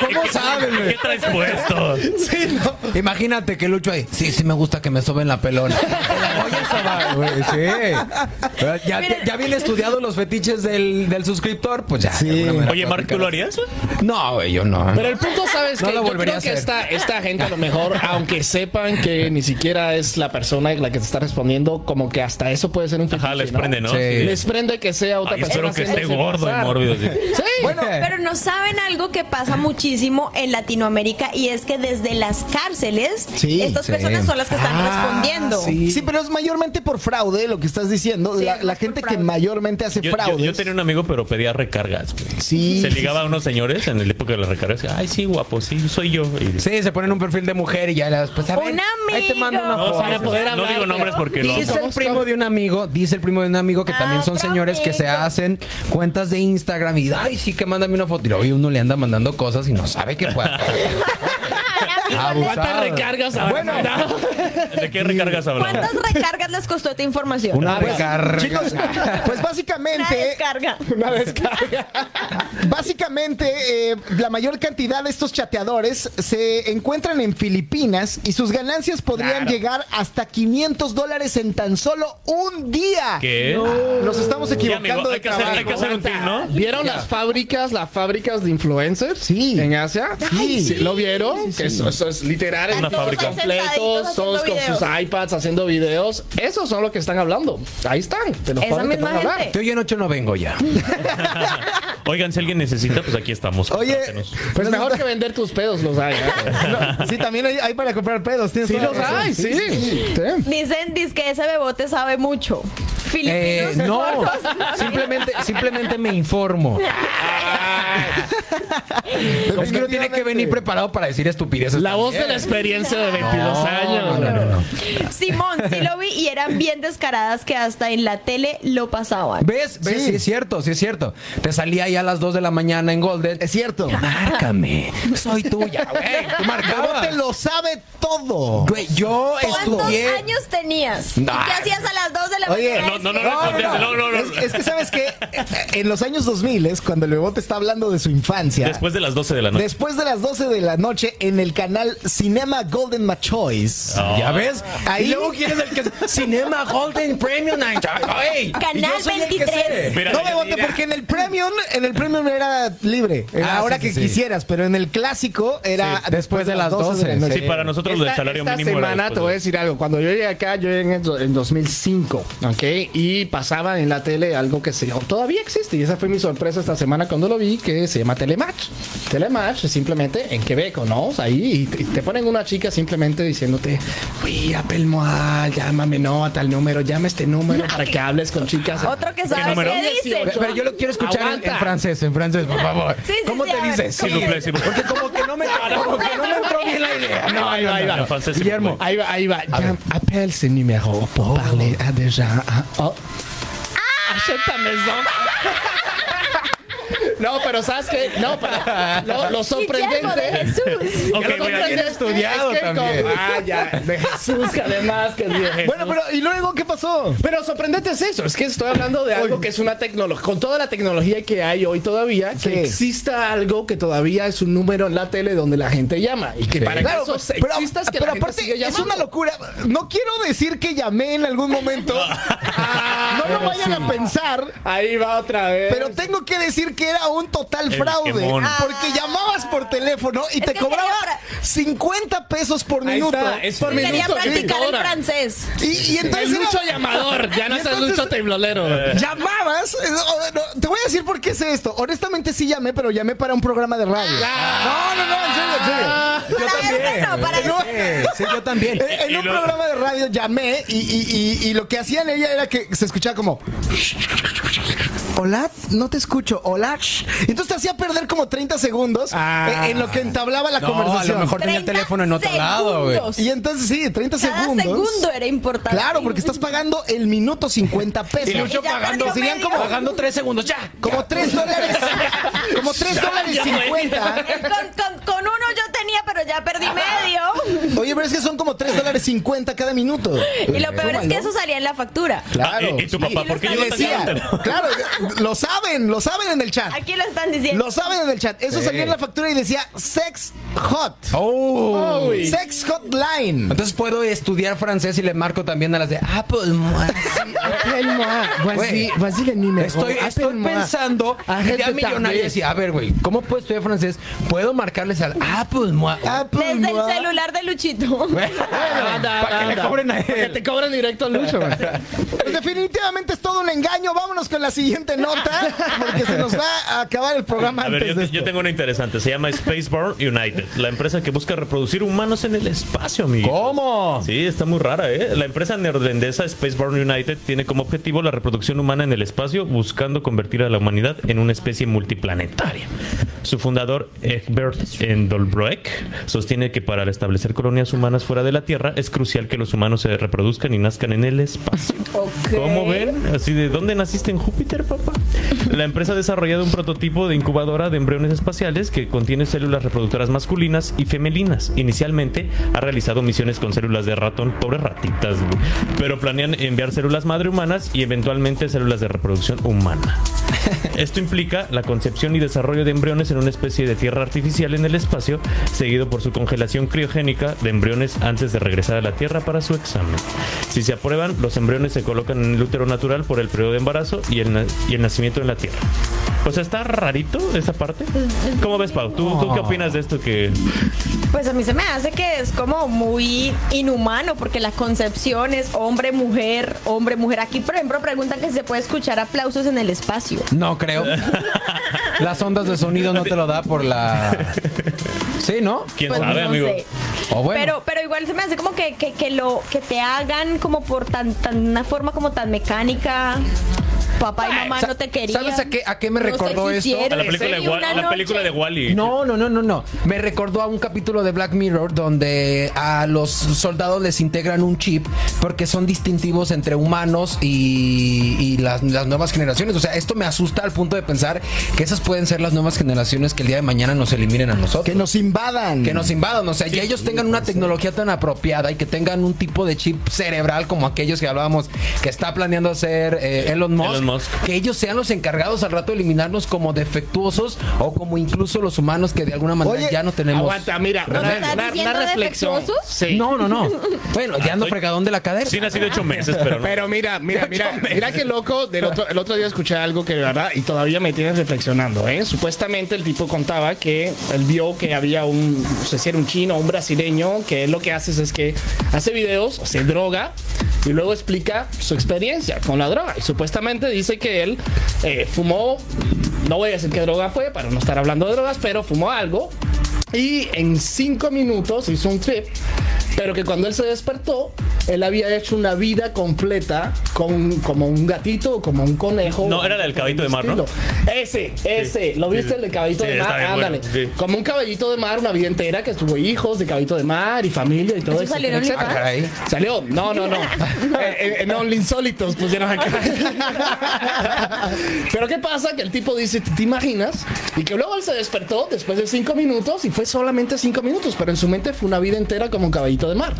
Speaker 8: ¿Cómo
Speaker 6: ¿Qué-
Speaker 8: saben, güey?
Speaker 6: ¿Qué traes puesto?
Speaker 5: sí, no.
Speaker 8: más. Imagínate que Lucho ahí. Sí, sí me gusta que me soben la pelona.
Speaker 4: [laughs]
Speaker 8: La voy a sobar, güey, sí. Pero Ya,
Speaker 4: Miren.
Speaker 8: ya bien estudiados los fetiches del, del suscriptor, pues ya. de alguna manera
Speaker 6: Oye,
Speaker 8: puedo
Speaker 6: Mark, ¿tú lo
Speaker 8: aplicar.
Speaker 6: harías?
Speaker 8: No, güey, yo no.
Speaker 2: Pero el punto, ¿sabes
Speaker 8: No
Speaker 2: que
Speaker 8: lo
Speaker 2: Yo
Speaker 8: volvería
Speaker 2: creo
Speaker 8: a hacer.
Speaker 2: que esta, esta gente a lo mejor, aunque sepan que ni siquiera es la persona la que te está respondiendo, como que hasta eso puede ser un fetiche,
Speaker 6: Ajá, les prende, ¿no?
Speaker 8: Sí.
Speaker 2: Les prende que sea otra
Speaker 6: Ay,
Speaker 2: persona.
Speaker 6: espero que esté
Speaker 2: haciéndose
Speaker 6: gordo y
Speaker 2: pasar.
Speaker 6: mórbido. sí.
Speaker 4: [laughs]
Speaker 2: Sí.
Speaker 5: Bueno,
Speaker 4: Pero no saben algo que pasa muchísimo en Latinoamérica y es que desde las cárceles
Speaker 5: Sí,
Speaker 4: estas
Speaker 8: sí.
Speaker 4: personas son las que están respondiendo.
Speaker 5: Sí. pero es mayormente por fraude lo que estás diciendo.
Speaker 4: Sí,
Speaker 5: la
Speaker 4: es
Speaker 5: la
Speaker 4: más por
Speaker 5: gente que
Speaker 4: fraude.
Speaker 5: mayormente [laughs] hace
Speaker 6: Yo, yo-
Speaker 5: fraude.
Speaker 6: yo tenía un amigo, pero pedía recargas. güey.
Speaker 5: Sí.
Speaker 6: Se ligaba a unos señores en el época de las recargas. Ay, sí, guapo, sí, soy yo. Y-
Speaker 8: Sí, se ponen un perfil de mujer y ya las. Pues, a ver,
Speaker 4: Un
Speaker 8: Ahí te mando una
Speaker 4: amigo.
Speaker 6: No,
Speaker 8: foto.
Speaker 6: para poder no
Speaker 2: hablar,
Speaker 6: digo nombres
Speaker 2: pero-
Speaker 6: porque
Speaker 8: Dice
Speaker 6: no.
Speaker 8: el primo de un amigo, dice el primo de un amigo que también son
Speaker 4: Ah, Otro
Speaker 8: señores que se
Speaker 4: amigo.
Speaker 8: hacen cuentas de Instagram y ay sí que mándame una foto y hoy uno le anda mandando cosas y no sabe qué
Speaker 4: [laughs]
Speaker 8: [laughs] puede.
Speaker 2: ¿Cuántas recargas habrá mandado?
Speaker 6: ¿De qué recargas hablamos?
Speaker 4: ¿Cuántas recargas les costó esta información?
Speaker 8: Una
Speaker 5: Pues,
Speaker 8: recarga.
Speaker 5: Chicos, pues
Speaker 4: Una
Speaker 5: básicamente,
Speaker 4: descarga.
Speaker 5: una descarga. básicamente eh, la mayor cantidad de estos chateadores se encuentran en Filipinas y sus ganancias podrían llegar hasta 500 dólares en tan solo un día.
Speaker 6: ¿Qué?
Speaker 5: Nos estamos
Speaker 6: Oye,
Speaker 5: equivocando
Speaker 6: amigo,
Speaker 5: de
Speaker 6: hay que, hacer, hay que hacer un team, ¿no?
Speaker 2: ¿Vieron las fábricas, las fábricas de influencers?
Speaker 5: Sí.
Speaker 2: ¿En Asia?
Speaker 5: Ay, sí.
Speaker 2: ¿Lo vieron? Que Eso, eso es literal.
Speaker 4: Una
Speaker 2: en todos
Speaker 6: fábrica.
Speaker 2: Completos, todos con sus iPads haciendo videos. Esos son los que están hablando. Ahí están. De los
Speaker 4: Esa
Speaker 2: padres que
Speaker 4: misma
Speaker 2: pueden hablar.
Speaker 4: gente.
Speaker 8: Yo hoy en ocho no vengo ya.
Speaker 6: Oigan, si alguien necesita, pues aquí estamos.
Speaker 5: Oye,
Speaker 6: Contrátenos.
Speaker 2: Pues mejor que vender tus pedos los hay. ¿eh?
Speaker 5: No, sí, también hay, hay para comprar pedos. tienes
Speaker 2: Sí
Speaker 5: toda la
Speaker 2: los
Speaker 5: razón.
Speaker 2: hay, sí. Sí.
Speaker 4: Dicen, dice que ese bebote sabe mucho.
Speaker 8: Eh,
Speaker 4: Filipinos.
Speaker 8: no,
Speaker 4: gordos.
Speaker 8: simplemente, simplemente me informo. Es que no tiene que venir preparado para decir estupideces.
Speaker 2: La voz de
Speaker 8: también.
Speaker 2: la experiencia de 22 años.
Speaker 8: No, no, no, no.
Speaker 4: Simón, sí lo vi y eran bien descaradas que hasta en la tele lo pasaban.
Speaker 8: ¿Ves? ¿Ves? Sí. es cierto, sí es cierto. Te salía ahí a las 2 de la mañana en Golden.
Speaker 5: Es cierto.
Speaker 8: Márcame, soy tuya, güey. Tú
Speaker 5: Pero te
Speaker 8: marcabas.
Speaker 5: lo sabe todo.
Speaker 8: Güey, yo
Speaker 4: ¿Cuántos
Speaker 8: estudié.
Speaker 4: años tenías?
Speaker 8: Nah.
Speaker 4: ¿Y qué hacías a las 2 de la
Speaker 5: Oye,
Speaker 4: mañana?
Speaker 6: No, no, no, no, contéstale, no, no, no.
Speaker 5: Es, es que sabes que en los años 2000 es cuando el bebote está hablando de su infancia.
Speaker 6: Después de las 12 de la noche.
Speaker 5: Después de las 12 de la noche en el canal Cinema Golden Machoice.
Speaker 8: ¿Ya ves?
Speaker 5: Ahí
Speaker 8: Y luego quién es el que. Cinema Golden Premium Night. ¡Ey!
Speaker 4: Canal
Speaker 8: y yo soy el que
Speaker 4: 23.
Speaker 8: sé.
Speaker 6: Mira,
Speaker 5: No me voté
Speaker 6: mira.
Speaker 5: porque en el Premium, en el Premium era libre,
Speaker 8: Ah,
Speaker 5: ahora
Speaker 8: sí,
Speaker 5: que
Speaker 8: sí, sí.
Speaker 5: quisieras, pero en el clásico era
Speaker 8: Sí, después de las 12
Speaker 5: de la noche.
Speaker 6: Sí, para nosotros el
Speaker 2: Esta,
Speaker 6: salario
Speaker 2: esta
Speaker 6: mínimo era
Speaker 2: semana te voy a
Speaker 6: después
Speaker 2: decir algo. Cuando yo llegué acá, yo llegué en, el do- en 2005, ¿ok? Y pasaba en la tele algo que se, todavía existe. Y esa fue mi sorpresa esta semana cuando lo vi, que se llama Telematch. Telematch es simplemente en Quebec, ¿no? O sea, ahí y, y te ponen una chica simplemente diciéndote, uy, Pelmoa, llámame, no, a tal número, llama a este número para que hables con chicas.
Speaker 4: Otro que sabe
Speaker 6: número?
Speaker 4: qué dice.
Speaker 8: Pero, pero yo lo quiero escuchar en,
Speaker 2: Aguanta.
Speaker 8: en francés, en francés, por favor.
Speaker 4: Sí, sí,
Speaker 8: ¿Cómo
Speaker 4: sí,
Speaker 8: te
Speaker 4: a ver,
Speaker 8: dices?
Speaker 6: de- Sí,
Speaker 8: Sí.
Speaker 6: duple, sí, duple.
Speaker 8: Porque como que no me, como que no me entró bien la idea.
Speaker 2: No, ahí va, ahí va.
Speaker 6: En francés, sí,
Speaker 8: Guillermo.
Speaker 6: duple.
Speaker 2: Ahí va, ahí va. Llame- Appelle ce numéro
Speaker 8: Oh,
Speaker 2: pour parler à des gens. Ah, oh. Achète ta maison. [laughs] No, pero ¿sabes qué? No, pero lo,
Speaker 4: Guillermo
Speaker 2: lo
Speaker 4: de
Speaker 2: sorprendente...
Speaker 4: Jesús.
Speaker 6: Ok,
Speaker 2: lo
Speaker 6: voy a-
Speaker 2: sorprendente
Speaker 8: estudiado
Speaker 2: con-
Speaker 8: también.
Speaker 2: Ah, ya, de Jesús, que además que es de Jesús.
Speaker 5: Bueno, pero ¿y luego qué pasó?
Speaker 2: Ah, Pero sorprendente es eso, es que estoy hablando de algo que es una tecnología, con toda la tecnología que hay hoy todavía,
Speaker 5: Sí.
Speaker 2: que exista algo que todavía es un número en la tele donde la gente llama y que para
Speaker 5: Claro,
Speaker 2: que eso
Speaker 5: pero,
Speaker 2: exista es que
Speaker 5: pero
Speaker 2: la gente sigue
Speaker 5: aparte es
Speaker 2: llamando.
Speaker 5: una locura. No quiero decir que llamé en algún
Speaker 2: [laughs]
Speaker 5: momento. no lo vayan a pensar.
Speaker 2: Ahí va otra vez.
Speaker 5: Pero tengo que decir que era un total
Speaker 6: El
Speaker 5: fraude.
Speaker 6: quemón.
Speaker 5: Porque llamabas por teléfono y te
Speaker 4: Ah. que
Speaker 5: cobraba
Speaker 4: quería
Speaker 5: 50 pesos por
Speaker 2: Ahí
Speaker 5: minuto.
Speaker 2: está, es por
Speaker 4: Quería
Speaker 2: minuto.
Speaker 4: practicar el
Speaker 2: ahora.
Speaker 4: francés.
Speaker 5: Y, y entonces
Speaker 2: Es
Speaker 5: era-
Speaker 2: Lucho llamador, ya no
Speaker 5: Y
Speaker 2: es
Speaker 5: entonces-
Speaker 2: Lucho temblolero.
Speaker 5: llamabas. eh, o- no, te voy a decir por qué es esto. Honestamente sí llamé, pero llamé para un programa de radio.
Speaker 8: Ah.
Speaker 5: No, no, no, en serio, en serio.
Speaker 4: Para este no, para
Speaker 5: No,
Speaker 4: este.
Speaker 8: Sí, yo [laughs] también.
Speaker 5: Eh, En
Speaker 6: Y
Speaker 5: un
Speaker 6: luego-
Speaker 5: programa de radio llamé y, y- y- y lo que hacían ella era que se escuchaba como. Hola, no te escucho. Hola. Y entonces te hacía perder como 30 segundos
Speaker 2: Ah.
Speaker 5: eh, en lo que entablaba la
Speaker 8: No, a
Speaker 5: conversación.
Speaker 8: lo mejor tenía el
Speaker 4: 30
Speaker 8: teléfono en otro lado, güey.
Speaker 4: segundos.
Speaker 5: Y entonces sí, 30
Speaker 4: Cada
Speaker 5: segundos.
Speaker 4: segundo era importante.
Speaker 5: Claro, porque estás pagando el minuto 50 pesos.
Speaker 4: Y Lucho Ya pagando- perdió
Speaker 5: Serían
Speaker 4: medio.
Speaker 5: como,
Speaker 8: Pagando tres segundos, ya.
Speaker 5: como 3 dólares. Como 3 dólares 50.
Speaker 4: Con, Eh, con- con uno yo tenía, pero ya perdí medio.
Speaker 8: [laughs]
Speaker 5: Oye, pero es que son como 3 dólares 50 cada minuto.
Speaker 4: Y lo peor es que
Speaker 5: Súmalo.
Speaker 4: eso salía en la factura.
Speaker 5: Claro.
Speaker 6: Ah, y- y tu papá, ¿por qué
Speaker 5: Y
Speaker 6: yo no te
Speaker 5: decía,
Speaker 6: llamo?
Speaker 5: claro, lo saben, lo saben en el chat.
Speaker 4: Aquí lo están diciendo.
Speaker 5: Lo saben en el chat. Eso
Speaker 8: Sí.
Speaker 5: salía en la factura y decía sex hot.
Speaker 8: Oh.
Speaker 2: Uy.
Speaker 5: Sex hotline.
Speaker 8: Entonces puedo estudiar francés y le marco también a las de Apple. [laughs] moi. Pues Güey. Estoy, estoy pensando
Speaker 2: Arrête
Speaker 8: ya
Speaker 2: de
Speaker 8: millonario
Speaker 2: tarder.
Speaker 8: decía, a ver, güey, ¿cómo puedo estudiar francés? Puedo marcarles al "Ah, pues, Apple. moi.
Speaker 5: Apple,
Speaker 4: Desde el
Speaker 5: mua.
Speaker 4: celular de Luchito.
Speaker 8: Güey.
Speaker 4: [laughs]
Speaker 2: Ah, Para
Speaker 8: que le cobren a él.
Speaker 2: Que te cobren directo a Lucho. man.
Speaker 5: Pues definitivamente es todo un engaño. Vámonos con la siguiente nota porque se nos va a acabar el programa
Speaker 6: A
Speaker 5: antes
Speaker 6: ver, yo,
Speaker 5: de
Speaker 6: yo
Speaker 5: esto.
Speaker 6: tengo una interesante. Se llama Spaceborne United, la empresa que busca reproducir humanos en el espacio, amigo.
Speaker 8: ¿Cómo?
Speaker 6: Sí, está muy rara, ¿eh? La empresa neerlandesa Spaceborne United tiene como objetivo la reproducción humana en el espacio, buscando convertir a la humanidad en una especie multiplanetaria. Su fundador, Egbert Endelbroek, sostiene que para establecer colonias humanas fuera de la Tierra es crucial que los humanos se reproduzcan y nazcan en el espacio. ¿Cómo ven? Así de, ¿dónde naciste en Júpiter, papá? La empresa ha desarrollado un prototipo de incubadora de embriones espaciales que contiene células reproductoras masculinas y femeninas. Inicialmente ha realizado misiones con células de ratón, pobres ratitas, güey. pero planean enviar células madre humanas y eventualmente células de reproducción humana. Esto implica la concepción y desarrollo de embriones en una especie de tierra artificial en el espacio, seguido por su congelación criogénica de embriones antes de regresar a la Tierra para su examen. Si se aprueban, los embriones se colocan en el útero natural por el periodo de embarazo y el, na- y el nacimiento en la Tierra. O sea, está rarito esa parte. ¿Cómo ves, Pau? ¿Tú, tú qué opinas de esto que
Speaker 4: Pues a mí se me hace que es como muy inhumano porque la concepción es hombre-mujer, hombre-mujer. Aquí, por ejemplo, preguntan que si se puede escuchar aplausos en el espacio.
Speaker 8: No creo. Las ondas de sonido no te lo da por la. Sí, ¿no?
Speaker 6: quién
Speaker 4: Pues,
Speaker 6: sabe,
Speaker 4: no
Speaker 6: amigo?
Speaker 4: sé.
Speaker 8: O bueno.
Speaker 4: Pero, pero igual se me hace como que, que, que lo que te hagan como por tan, tan una forma como tan mecánica. Papá y mamá
Speaker 8: Sa-
Speaker 4: no te querían.
Speaker 8: ¿Sabes a qué- a qué me
Speaker 4: no te
Speaker 8: recordó esto?
Speaker 4: quisieron.
Speaker 6: A la película de,
Speaker 4: Y
Speaker 6: Wa-
Speaker 4: una
Speaker 6: a la
Speaker 4: noche-
Speaker 6: película de Wally.
Speaker 8: No, no, no, no, no. Me recordó a un capítulo de Black Mirror donde a los soldados les integran un chip porque son distintivos entre humanos y, y las, las nuevas generaciones. O sea, esto me asusta al punto de pensar que esas pueden ser las nuevas generaciones que el día de mañana nos eliminen a nosotros.
Speaker 5: Que nos invadan.
Speaker 8: Que nos invadan, o sea, ya ellos tengan una tecnología tan apropiada y que tengan un tipo de chip cerebral como aquellos que hablábamos que está planeando hacer eh, Elon, Musk,
Speaker 6: Elon Musk.
Speaker 8: que ellos sean los encargados al rato de eliminarnos como defectuosos o como incluso los humanos que de alguna manera
Speaker 5: Oye,
Speaker 8: ya no tenemos.
Speaker 2: Aguanta, Ah, mira,
Speaker 4: ¿Nos
Speaker 2: una,
Speaker 4: estás
Speaker 2: una-
Speaker 4: diciendo
Speaker 2: una reflexión.
Speaker 4: defectuosos?
Speaker 2: Sí.
Speaker 8: No, no, no. Bueno, ya ando
Speaker 6: estoy-
Speaker 8: fregadón de la cadera.
Speaker 6: Sí, nací de ocho meses, pero no.
Speaker 2: Pero mira, mira, mira, mira qué loco. Del otro, el otro día escuché algo que de verdad y todavía me tienes reflexionando. ¿eh? Supuestamente el tipo contaba que él vio que había un, no sé si era un chino o un brasileño, que él lo que hace es, es que hace videos, se droga y luego explica su experiencia con la droga. Y supuestamente dice que él eh, fumó, no voy a decir qué droga fue para no estar hablando de drogas, pero fumó algo. Y en cinco minutos hizo un trip, pero que cuando él se despertó, él había hecho una vida completa con, como un gatito, como un conejo.
Speaker 6: No, era la del caballito de mar, ¿no?
Speaker 2: Estilo. Ese, ese. ¿Lo viste
Speaker 6: sí.
Speaker 2: el del caballito
Speaker 6: Sí,
Speaker 2: de
Speaker 6: está
Speaker 2: mar?
Speaker 6: bien bueno,
Speaker 2: Ándale.
Speaker 6: sí.
Speaker 2: Como un caballito de mar, una vida entera que tuvo hijos de caballito de mar y familia y todo
Speaker 4: ¿Eso
Speaker 2: eso.
Speaker 4: salió en
Speaker 2: etcétera.
Speaker 4: OnlyFans?
Speaker 8: Ah, caray.
Speaker 2: Salió. No, no, no. Eh, eh, en Only Insólitos pusieron acá. [laughs] Pero ¿qué pasa? Que el tipo dice, ¿te imaginas? Y que luego él se despertó después de cinco minutos y fue solamente cinco minutos, pero en su mente fue una vida entera como un caballito de mar.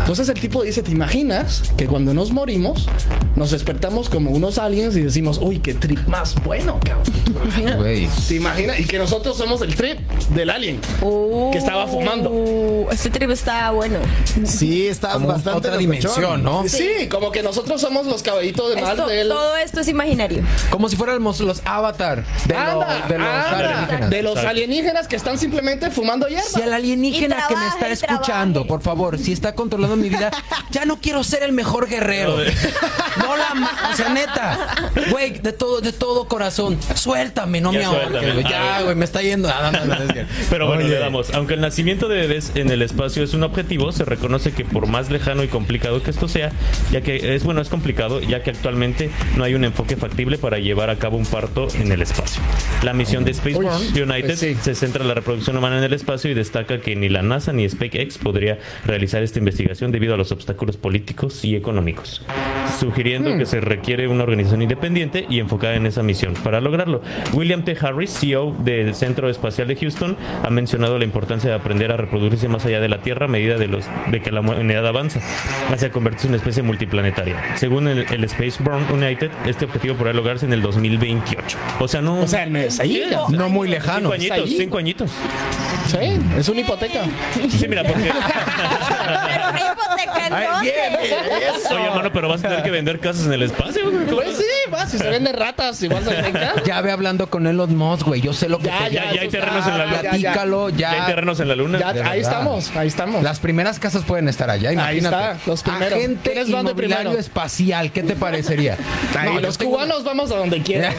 Speaker 2: Entonces el tipo dice, ¿te imaginas que cuando nos morimos nos despertamos como unos aliens y decimos, uy, qué trip más bueno, cabrón?
Speaker 8: Güey.
Speaker 2: ¿Te imaginas? Y que nosotros somos el trip del alien que estaba fumando.
Speaker 4: Uh, Este trip está bueno.
Speaker 5: Sí, está
Speaker 8: Como un-
Speaker 5: bastante
Speaker 8: otra
Speaker 5: locochón.
Speaker 8: dimensión, ¿no?
Speaker 2: Sí, como que nosotros somos los caballitos de mar
Speaker 4: Esto-
Speaker 2: del...
Speaker 4: Todo esto es
Speaker 6: [laughs]
Speaker 4: imaginario.
Speaker 8: Como si fuéramos los avatar de, lo-
Speaker 2: Anda,
Speaker 8: de los
Speaker 2: anda,
Speaker 8: alienígenas.
Speaker 2: de los
Speaker 6: Exacto.
Speaker 2: alienígenas que están simplemente fumando hierba.
Speaker 8: Si al alienígena
Speaker 4: Y
Speaker 8: que
Speaker 4: trabaje,
Speaker 8: me está
Speaker 4: y
Speaker 8: escuchando,
Speaker 4: trabaje.
Speaker 8: por favor, si está controlando mi vida, ya no quiero ser el mejor guerrero. No la, ma- o sea, neta, güey, de todo, de todo corazón, suéltame, no
Speaker 6: Ya
Speaker 8: me ahorques,
Speaker 6: suéltame.
Speaker 8: güey.
Speaker 6: A
Speaker 8: Ya,
Speaker 6: ver.
Speaker 8: güey, me está yendo. Ah, no, no, no, es cierto.
Speaker 6: Pero bueno,
Speaker 8: Oye.
Speaker 6: le damos. Aunque el nacimiento de bebés en el espacio es un objetivo, se reconoce que por más lejano y complicado que esto sea, ya que es bueno, es complicado, ya que actualmente no hay un enfoque factible para llevar a cabo un parto en el espacio. La misión de Spaceborne
Speaker 2: Uy,
Speaker 6: United
Speaker 2: pues sí.
Speaker 6: se centra en la reproducción humana en el espacio y destaca que ni la NASA ni SpaceX podría realizar esta investigación debido a los obstáculos políticos y económicos, sugiriendo que se requiere una organización independiente y enfocada en esa misión. Para lograrlo, William T. Harris, CEO del Centro Espacial de Houston, ha mencionado la importancia de aprender a reproducirse más allá de la Tierra a medida de, los, de que la humanidad avanza hacia convertirse en una especie multiplanetaria. Según el, el Spaceborne United, este objetivo podrá lograrse en el 2028. O sea, no...
Speaker 2: O sea, no es ahí.
Speaker 6: Sí,
Speaker 8: No muy lejano.
Speaker 6: Cinco añitos,
Speaker 2: Ahí.
Speaker 6: cinco añitos.
Speaker 2: Sí, es una hipoteca.
Speaker 6: Sí, mira,
Speaker 2: [laughs]
Speaker 6: porque. [laughs]
Speaker 4: Pero una hipoteca en
Speaker 8: Ay,
Speaker 4: dónde?
Speaker 6: Oye, hermano, pero vas a tener que vender casas en el espacio, güey.
Speaker 2: Pues sí, va, si se venden ratas, igual se venden
Speaker 8: Ya ve hablando con Elon Musk, güey. Yo sé lo que
Speaker 2: Ya,
Speaker 8: te-
Speaker 6: Ya, ya hay
Speaker 2: eso
Speaker 6: terrenos
Speaker 2: está,
Speaker 6: en la luna.
Speaker 2: ya,
Speaker 8: Platícalo, ya.
Speaker 6: Ya hay terrenos en la luna.
Speaker 2: Ya,
Speaker 8: De
Speaker 2: ahí
Speaker 8: verdad.
Speaker 2: estamos, ahí estamos.
Speaker 8: Las primeras casas pueden estar allá,
Speaker 2: Ahí
Speaker 8: imagínate.
Speaker 2: está, los primeros.
Speaker 8: Agente
Speaker 2: ¿Quiénes van de
Speaker 8: inmobiliario
Speaker 2: primero?
Speaker 8: espacial, ¿qué te parecería?
Speaker 2: Ahí,
Speaker 8: No, yo
Speaker 2: los
Speaker 8: tengo-
Speaker 2: cubanos vamos a
Speaker 8: [laughs]
Speaker 2: donde [laughs] quieran.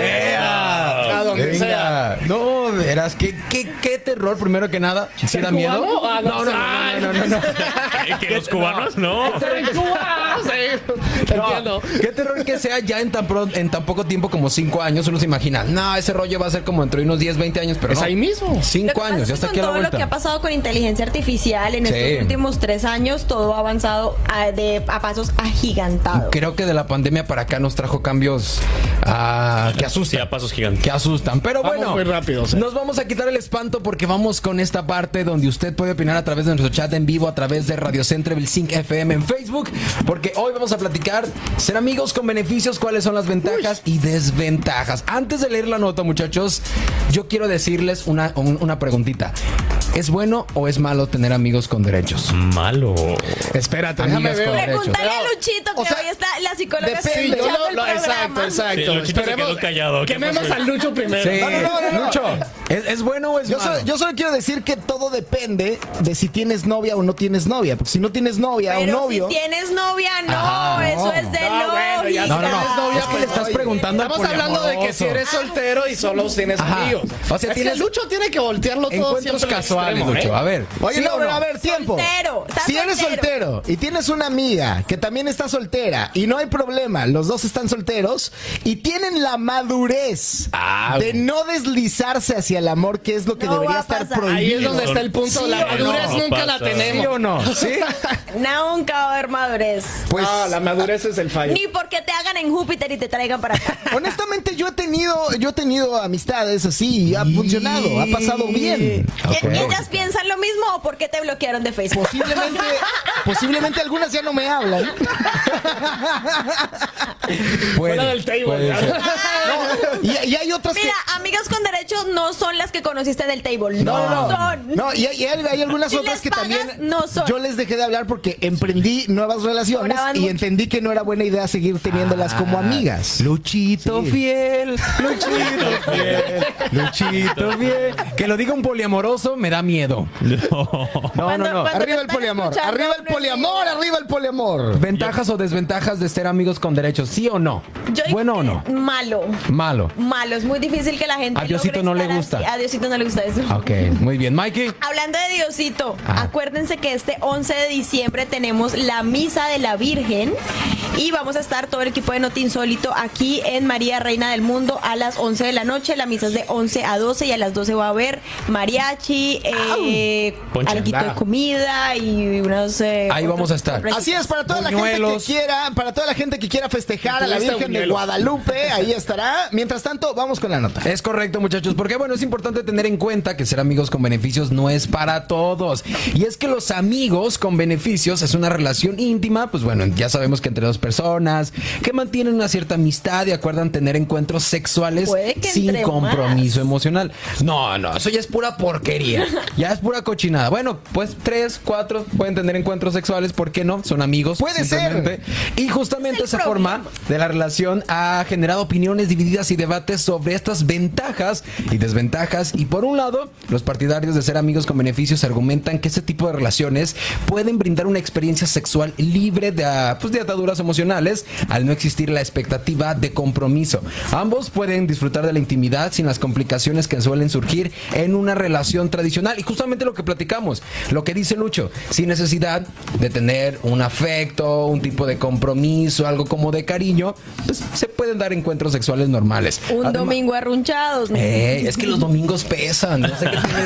Speaker 8: ¡Ea!
Speaker 2: A donde
Speaker 8: Venga.
Speaker 2: sea.
Speaker 8: No, verás, qué, qué, qué terror, primero que nada. ¿Sí da
Speaker 2: ¿Cubano?
Speaker 8: miedo?
Speaker 2: Ah,
Speaker 8: No, no,
Speaker 2: no,
Speaker 8: no, no, no, no, no.
Speaker 6: Eh, que los cubanos no.
Speaker 2: En Cuba, sí, eh. te entiendo.
Speaker 8: Qué terror que sea ya en tan, pro- en tan poco tiempo como 5 años, uno se imagina. No, ese rollo va a ser como entre unos 10, 20 años, pero
Speaker 2: Es
Speaker 8: no.
Speaker 2: ahí mismo.
Speaker 4: Lo que
Speaker 8: 5
Speaker 4: pasa
Speaker 8: años,
Speaker 4: es que
Speaker 8: ya está
Speaker 4: con
Speaker 8: aquí a la
Speaker 4: todo lo que ha
Speaker 8: vuelta.
Speaker 4: pasado con inteligencia artificial en
Speaker 8: Sí.
Speaker 4: estos últimos tres años, todo ha avanzado a, de, a pasos agigantados.
Speaker 8: Creo que de la pandemia para acá nos trajo cambios ah, que
Speaker 6: Sí,
Speaker 8: asustan.
Speaker 6: a pasos gigantes.
Speaker 8: que asustan. Pero
Speaker 2: Vamos
Speaker 8: bueno,
Speaker 2: muy rápido, o sea.
Speaker 8: nos vamos a quitar el espanto porque vamos con esta parte donde usted puede opinar a través de nuestro chat en vivo, a través de Radio Centro Vilsync FM en Facebook, porque hoy vamos a platicar ser amigos con beneficios, cuáles son las ventajas y desventajas. Antes de leer la nota, muchachos, yo quiero decirles una, un- una preguntita. ¿Es bueno o es malo tener amigos con derechos?
Speaker 6: Malo.
Speaker 2: Espérate,
Speaker 8: Amigas con derechos.
Speaker 4: Pregúntale a Luchito que
Speaker 5: O sea,
Speaker 4: hoy está la psicóloga
Speaker 2: Sí,
Speaker 5: depende.
Speaker 4: escuchando
Speaker 2: yo
Speaker 4: el
Speaker 2: lo- lo-
Speaker 4: programa.
Speaker 2: exacto,
Speaker 6: Sí,
Speaker 2: exacto.
Speaker 6: Luchito se quedó callado. ¿Qué
Speaker 2: Quememos
Speaker 6: pasó?
Speaker 2: al Lucho primero.
Speaker 8: Sí.
Speaker 5: No, no, no, no, no.
Speaker 8: Lucho, ¿es, es bueno o es
Speaker 5: Yo
Speaker 8: malo?
Speaker 5: solo, yo solo quiero decir que todo depende de si tienes novia o no tienes novia. Porque si no tienes novia
Speaker 4: Pero
Speaker 5: o novio.
Speaker 4: si tienes novia, no,
Speaker 8: Ah, no.
Speaker 4: eso es de
Speaker 2: No, bueno,
Speaker 4: lógica.
Speaker 2: ya
Speaker 8: no, no,
Speaker 2: tienes
Speaker 8: no.
Speaker 2: novia, pues,
Speaker 8: Es que le estás
Speaker 5: oye,
Speaker 8: preguntando al
Speaker 2: Estamos hablando de que
Speaker 8: poliamoroso.
Speaker 2: si eres soltero y solo tienes
Speaker 8: Ajá.
Speaker 2: amigos.
Speaker 8: O sea,
Speaker 2: Es
Speaker 8: tienes-
Speaker 2: que Lucho tiene que voltearlo todo
Speaker 8: Encuentros
Speaker 2: siempre al
Speaker 8: casuales,
Speaker 2: extremo,
Speaker 8: Lucho.
Speaker 2: ¿eh?
Speaker 8: A ver.
Speaker 5: Oye,
Speaker 8: ¿sí
Speaker 5: no,
Speaker 8: o
Speaker 5: pero a ver, tiempo.
Speaker 4: Soltero, estás
Speaker 5: si eres
Speaker 4: soltero.
Speaker 5: soltero y tienes una amiga que también está soltera y no hay problema, los dos están solteros y tienen la madurez
Speaker 8: Ah,
Speaker 5: de no deslizarse hacia el amor, que es lo que
Speaker 4: No va
Speaker 5: debería
Speaker 4: a
Speaker 5: estar
Speaker 4: pasar.
Speaker 5: prohibido.
Speaker 2: Ahí es donde está el punto.
Speaker 6: Sí
Speaker 2: la
Speaker 6: o no,
Speaker 2: madurez nunca la
Speaker 6: pasa.
Speaker 8: ¿Sí
Speaker 2: tenemos.
Speaker 8: o no? ¿Sí?
Speaker 4: No, Nunca va a haber madurez.
Speaker 8: Pues
Speaker 2: Ah, la madurez es el fallo.
Speaker 4: Ni porque te hagan en Júpiter y te traigan para acá.
Speaker 5: Honestamente, yo he tenido, yo he tenido amistades así y ha funcionado, ha pasado bien.
Speaker 4: ¿E- ¿Ellas piensan lo mismo o por qué te bloquearon de Facebook?
Speaker 5: Pues
Speaker 4: [laughs]
Speaker 5: Posiblemente, posiblemente algunas ya no me hablan.
Speaker 2: Fuera del table.
Speaker 10: puede ser.
Speaker 5: Y, [laughs] y hay otras que.
Speaker 4: Mira, amigas con derechos no son las que conociste del table. No,
Speaker 5: No, no,
Speaker 4: son.
Speaker 5: no. y hay, y hay- hay algunas
Speaker 4: Si
Speaker 5: otras
Speaker 4: les
Speaker 5: que
Speaker 4: pagas,
Speaker 5: también
Speaker 4: no son.
Speaker 5: yo les dejé de hablar porque emprendí nuevas relaciones
Speaker 4: Cobraban
Speaker 5: y
Speaker 4: mucho.
Speaker 5: entendí que no era buena idea seguir teniéndolas como amigas.
Speaker 8: Luchito fiel, Luchito fiel, Luchito fiel. Que lo diga un poliamoroso me da miedo. No,
Speaker 4: Cuando-
Speaker 8: no, no.
Speaker 4: cuando te
Speaker 5: Arriba el
Speaker 4: están
Speaker 5: poliamor,
Speaker 4: escuchando
Speaker 5: arriba el
Speaker 4: una
Speaker 5: poliamor,
Speaker 4: amiga,
Speaker 5: arriba el poliamor.
Speaker 8: ¿Ventajas o desventajas de ser amigos con derechos? ¿Sí o no?
Speaker 4: yo digo
Speaker 8: ¿Bueno o
Speaker 4: que
Speaker 8: no?
Speaker 4: Malo.
Speaker 8: Malo.
Speaker 4: Malo. Es muy difícil que la gente.
Speaker 8: A Diosito
Speaker 4: logre
Speaker 8: no le
Speaker 4: estar
Speaker 8: gusta.
Speaker 4: así.
Speaker 8: Ah,
Speaker 4: A Diosito no le gusta eso.
Speaker 8: Ok, Ah. muy bien. Mikey.
Speaker 4: Hablando de Diosito,
Speaker 8: Ajá.
Speaker 4: acuérdense que este 11 de diciembre tenemos la misa de la Virgen y vamos a estar todo el equipo de Noti Insólito aquí en María Reina del Mundo a las 11 de la noche. La misa es de 11 a 12 y a las 12 va a haber mariachi, eh,
Speaker 6: Ponche.
Speaker 4: alguito de comida y unos... eh,
Speaker 8: Ahí vamos a estar.
Speaker 4: sorpresitas.
Speaker 5: Así es, para toda la gente
Speaker 8: Buñuelos.
Speaker 5: que quiera, para toda la gente que quiera festejar a la
Speaker 2: Entrevista
Speaker 5: Virgen de
Speaker 2: Buñuelos.
Speaker 5: Guadalupe, ahí estará. Mientras tanto, vamos con la nota.
Speaker 8: Es correcto, muchachos, porque bueno, es importante tener en cuenta que ser amigos con beneficios no es para todos. Y es que los amigos con beneficios es una relación íntima, pues bueno, ya sabemos que entre dos personas que mantienen una cierta amistad y acuerdan tener encuentros sexuales
Speaker 4: Puede que
Speaker 8: sin
Speaker 4: entre
Speaker 8: compromiso emocional. No, no, eso ya es pura porquería. Ya es pura cochinada. Bueno, pues tres, cuatro pueden tener encuentros sexuales, ¿por qué no? Son amigos.
Speaker 5: Puede ser.
Speaker 8: simplemente. Y justamente
Speaker 4: Es el
Speaker 8: esa forma de la relación ha generado opiniones divididas y debates sobre estas ventajas y desventajas. Y por un lado, los partidarios de ser amigos con beneficios argumentan que este tipo de relaciones pueden brindar una experiencia sexual libre de, ah, pues, de ataduras emocionales al no existir la expectativa de compromiso. Ambos pueden disfrutar de la intimidad sin las complicaciones que suelen surgir en una relación tradicional. Y justamente lo que platicamos, lo que dice Lucho, sin necesidad de tener un afecto, un tipo de compromiso, algo como de cariño, pues se pueden dar encuentros sexuales normales.
Speaker 4: Un
Speaker 8: Además-
Speaker 4: domingo arrunchados. ¿no?
Speaker 8: Ey, es que los domingos pesan. No sé qué tiene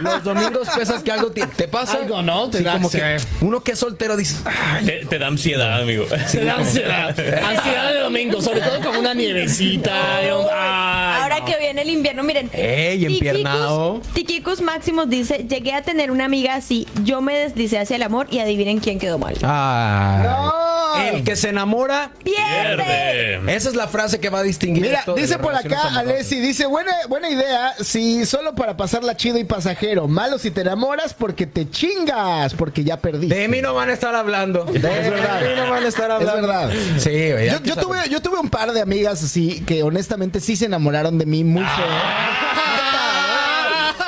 Speaker 8: los,
Speaker 4: [laughs]
Speaker 8: los domingos pesas que algo te, te pasa.
Speaker 2: Algo, ¿no? Te
Speaker 8: Sí,
Speaker 2: da-
Speaker 8: como
Speaker 2: sí.
Speaker 8: que uno que es soltero dice, "Ah,
Speaker 6: Te, te da ansiedad, amigo.
Speaker 2: Te da ansiedad. Ansiedad de domingo, sobre todo con una nievecita. de un- Ay,
Speaker 4: Ahora
Speaker 2: no.
Speaker 4: que viene el invierno, miren.
Speaker 8: Ey, empiernao.
Speaker 4: Tiquikus- Tiquikus Máximos dice, llegué a tener una amiga así, yo me deslicé hacia el amor y adivinen quién quedó mal.
Speaker 8: ah, el que se enamora
Speaker 4: ¡Pierde!
Speaker 6: Pierde.
Speaker 8: Esa es la frase que va a distinguir.
Speaker 5: Mira,
Speaker 8: a todas
Speaker 5: dice
Speaker 8: las
Speaker 5: por
Speaker 8: relaciones
Speaker 5: acá
Speaker 8: amorosas.
Speaker 5: Alessi, dice, buena, buena idea, si solo para pasarla chido y pasajero, malo si te enamoras porque te chingas, porque ya perdiste.
Speaker 8: De mí no van a estar hablando. De
Speaker 5: verdad.
Speaker 8: mí no van a estar hablando.
Speaker 5: verdad.
Speaker 8: Sí, güey, hay
Speaker 5: Yo,
Speaker 8: que
Speaker 5: yo
Speaker 8: saber.
Speaker 5: tuve, yo tuve un par de amigas así que honestamente sí se enamoraron de mí muy [laughs] feo.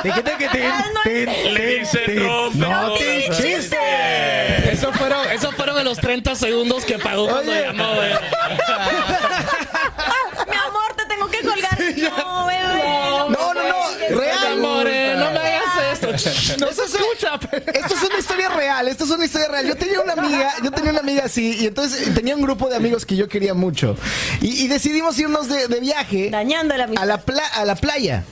Speaker 8: Tiqui, tiqui, tin,
Speaker 4: Ah, no,
Speaker 8: tin,
Speaker 6: Le
Speaker 8: tin,
Speaker 6: hice
Speaker 8: tin.
Speaker 6: trompa.
Speaker 8: No te chistes.
Speaker 2: Eso fueron, esos fueron de los 30 segundos que pagó cuando
Speaker 5: Oye.
Speaker 2: llamó. güey.
Speaker 4: Ah, Mi amor, te tengo que colgar. No, bebé.
Speaker 5: [laughs] No, no, no, real.
Speaker 2: Amore, no me hagas esto. No se escucha. [laughs]
Speaker 5: Esto es una historia real, esto es una historia real. Yo tenía una amiga, yo tenía una amiga así, y entonces eh, tenía un grupo de amigos que yo quería mucho. Y, y decidimos irnos de, de viaje
Speaker 4: Dañando la
Speaker 5: a
Speaker 4: amistad.
Speaker 5: la, pla- a la playa.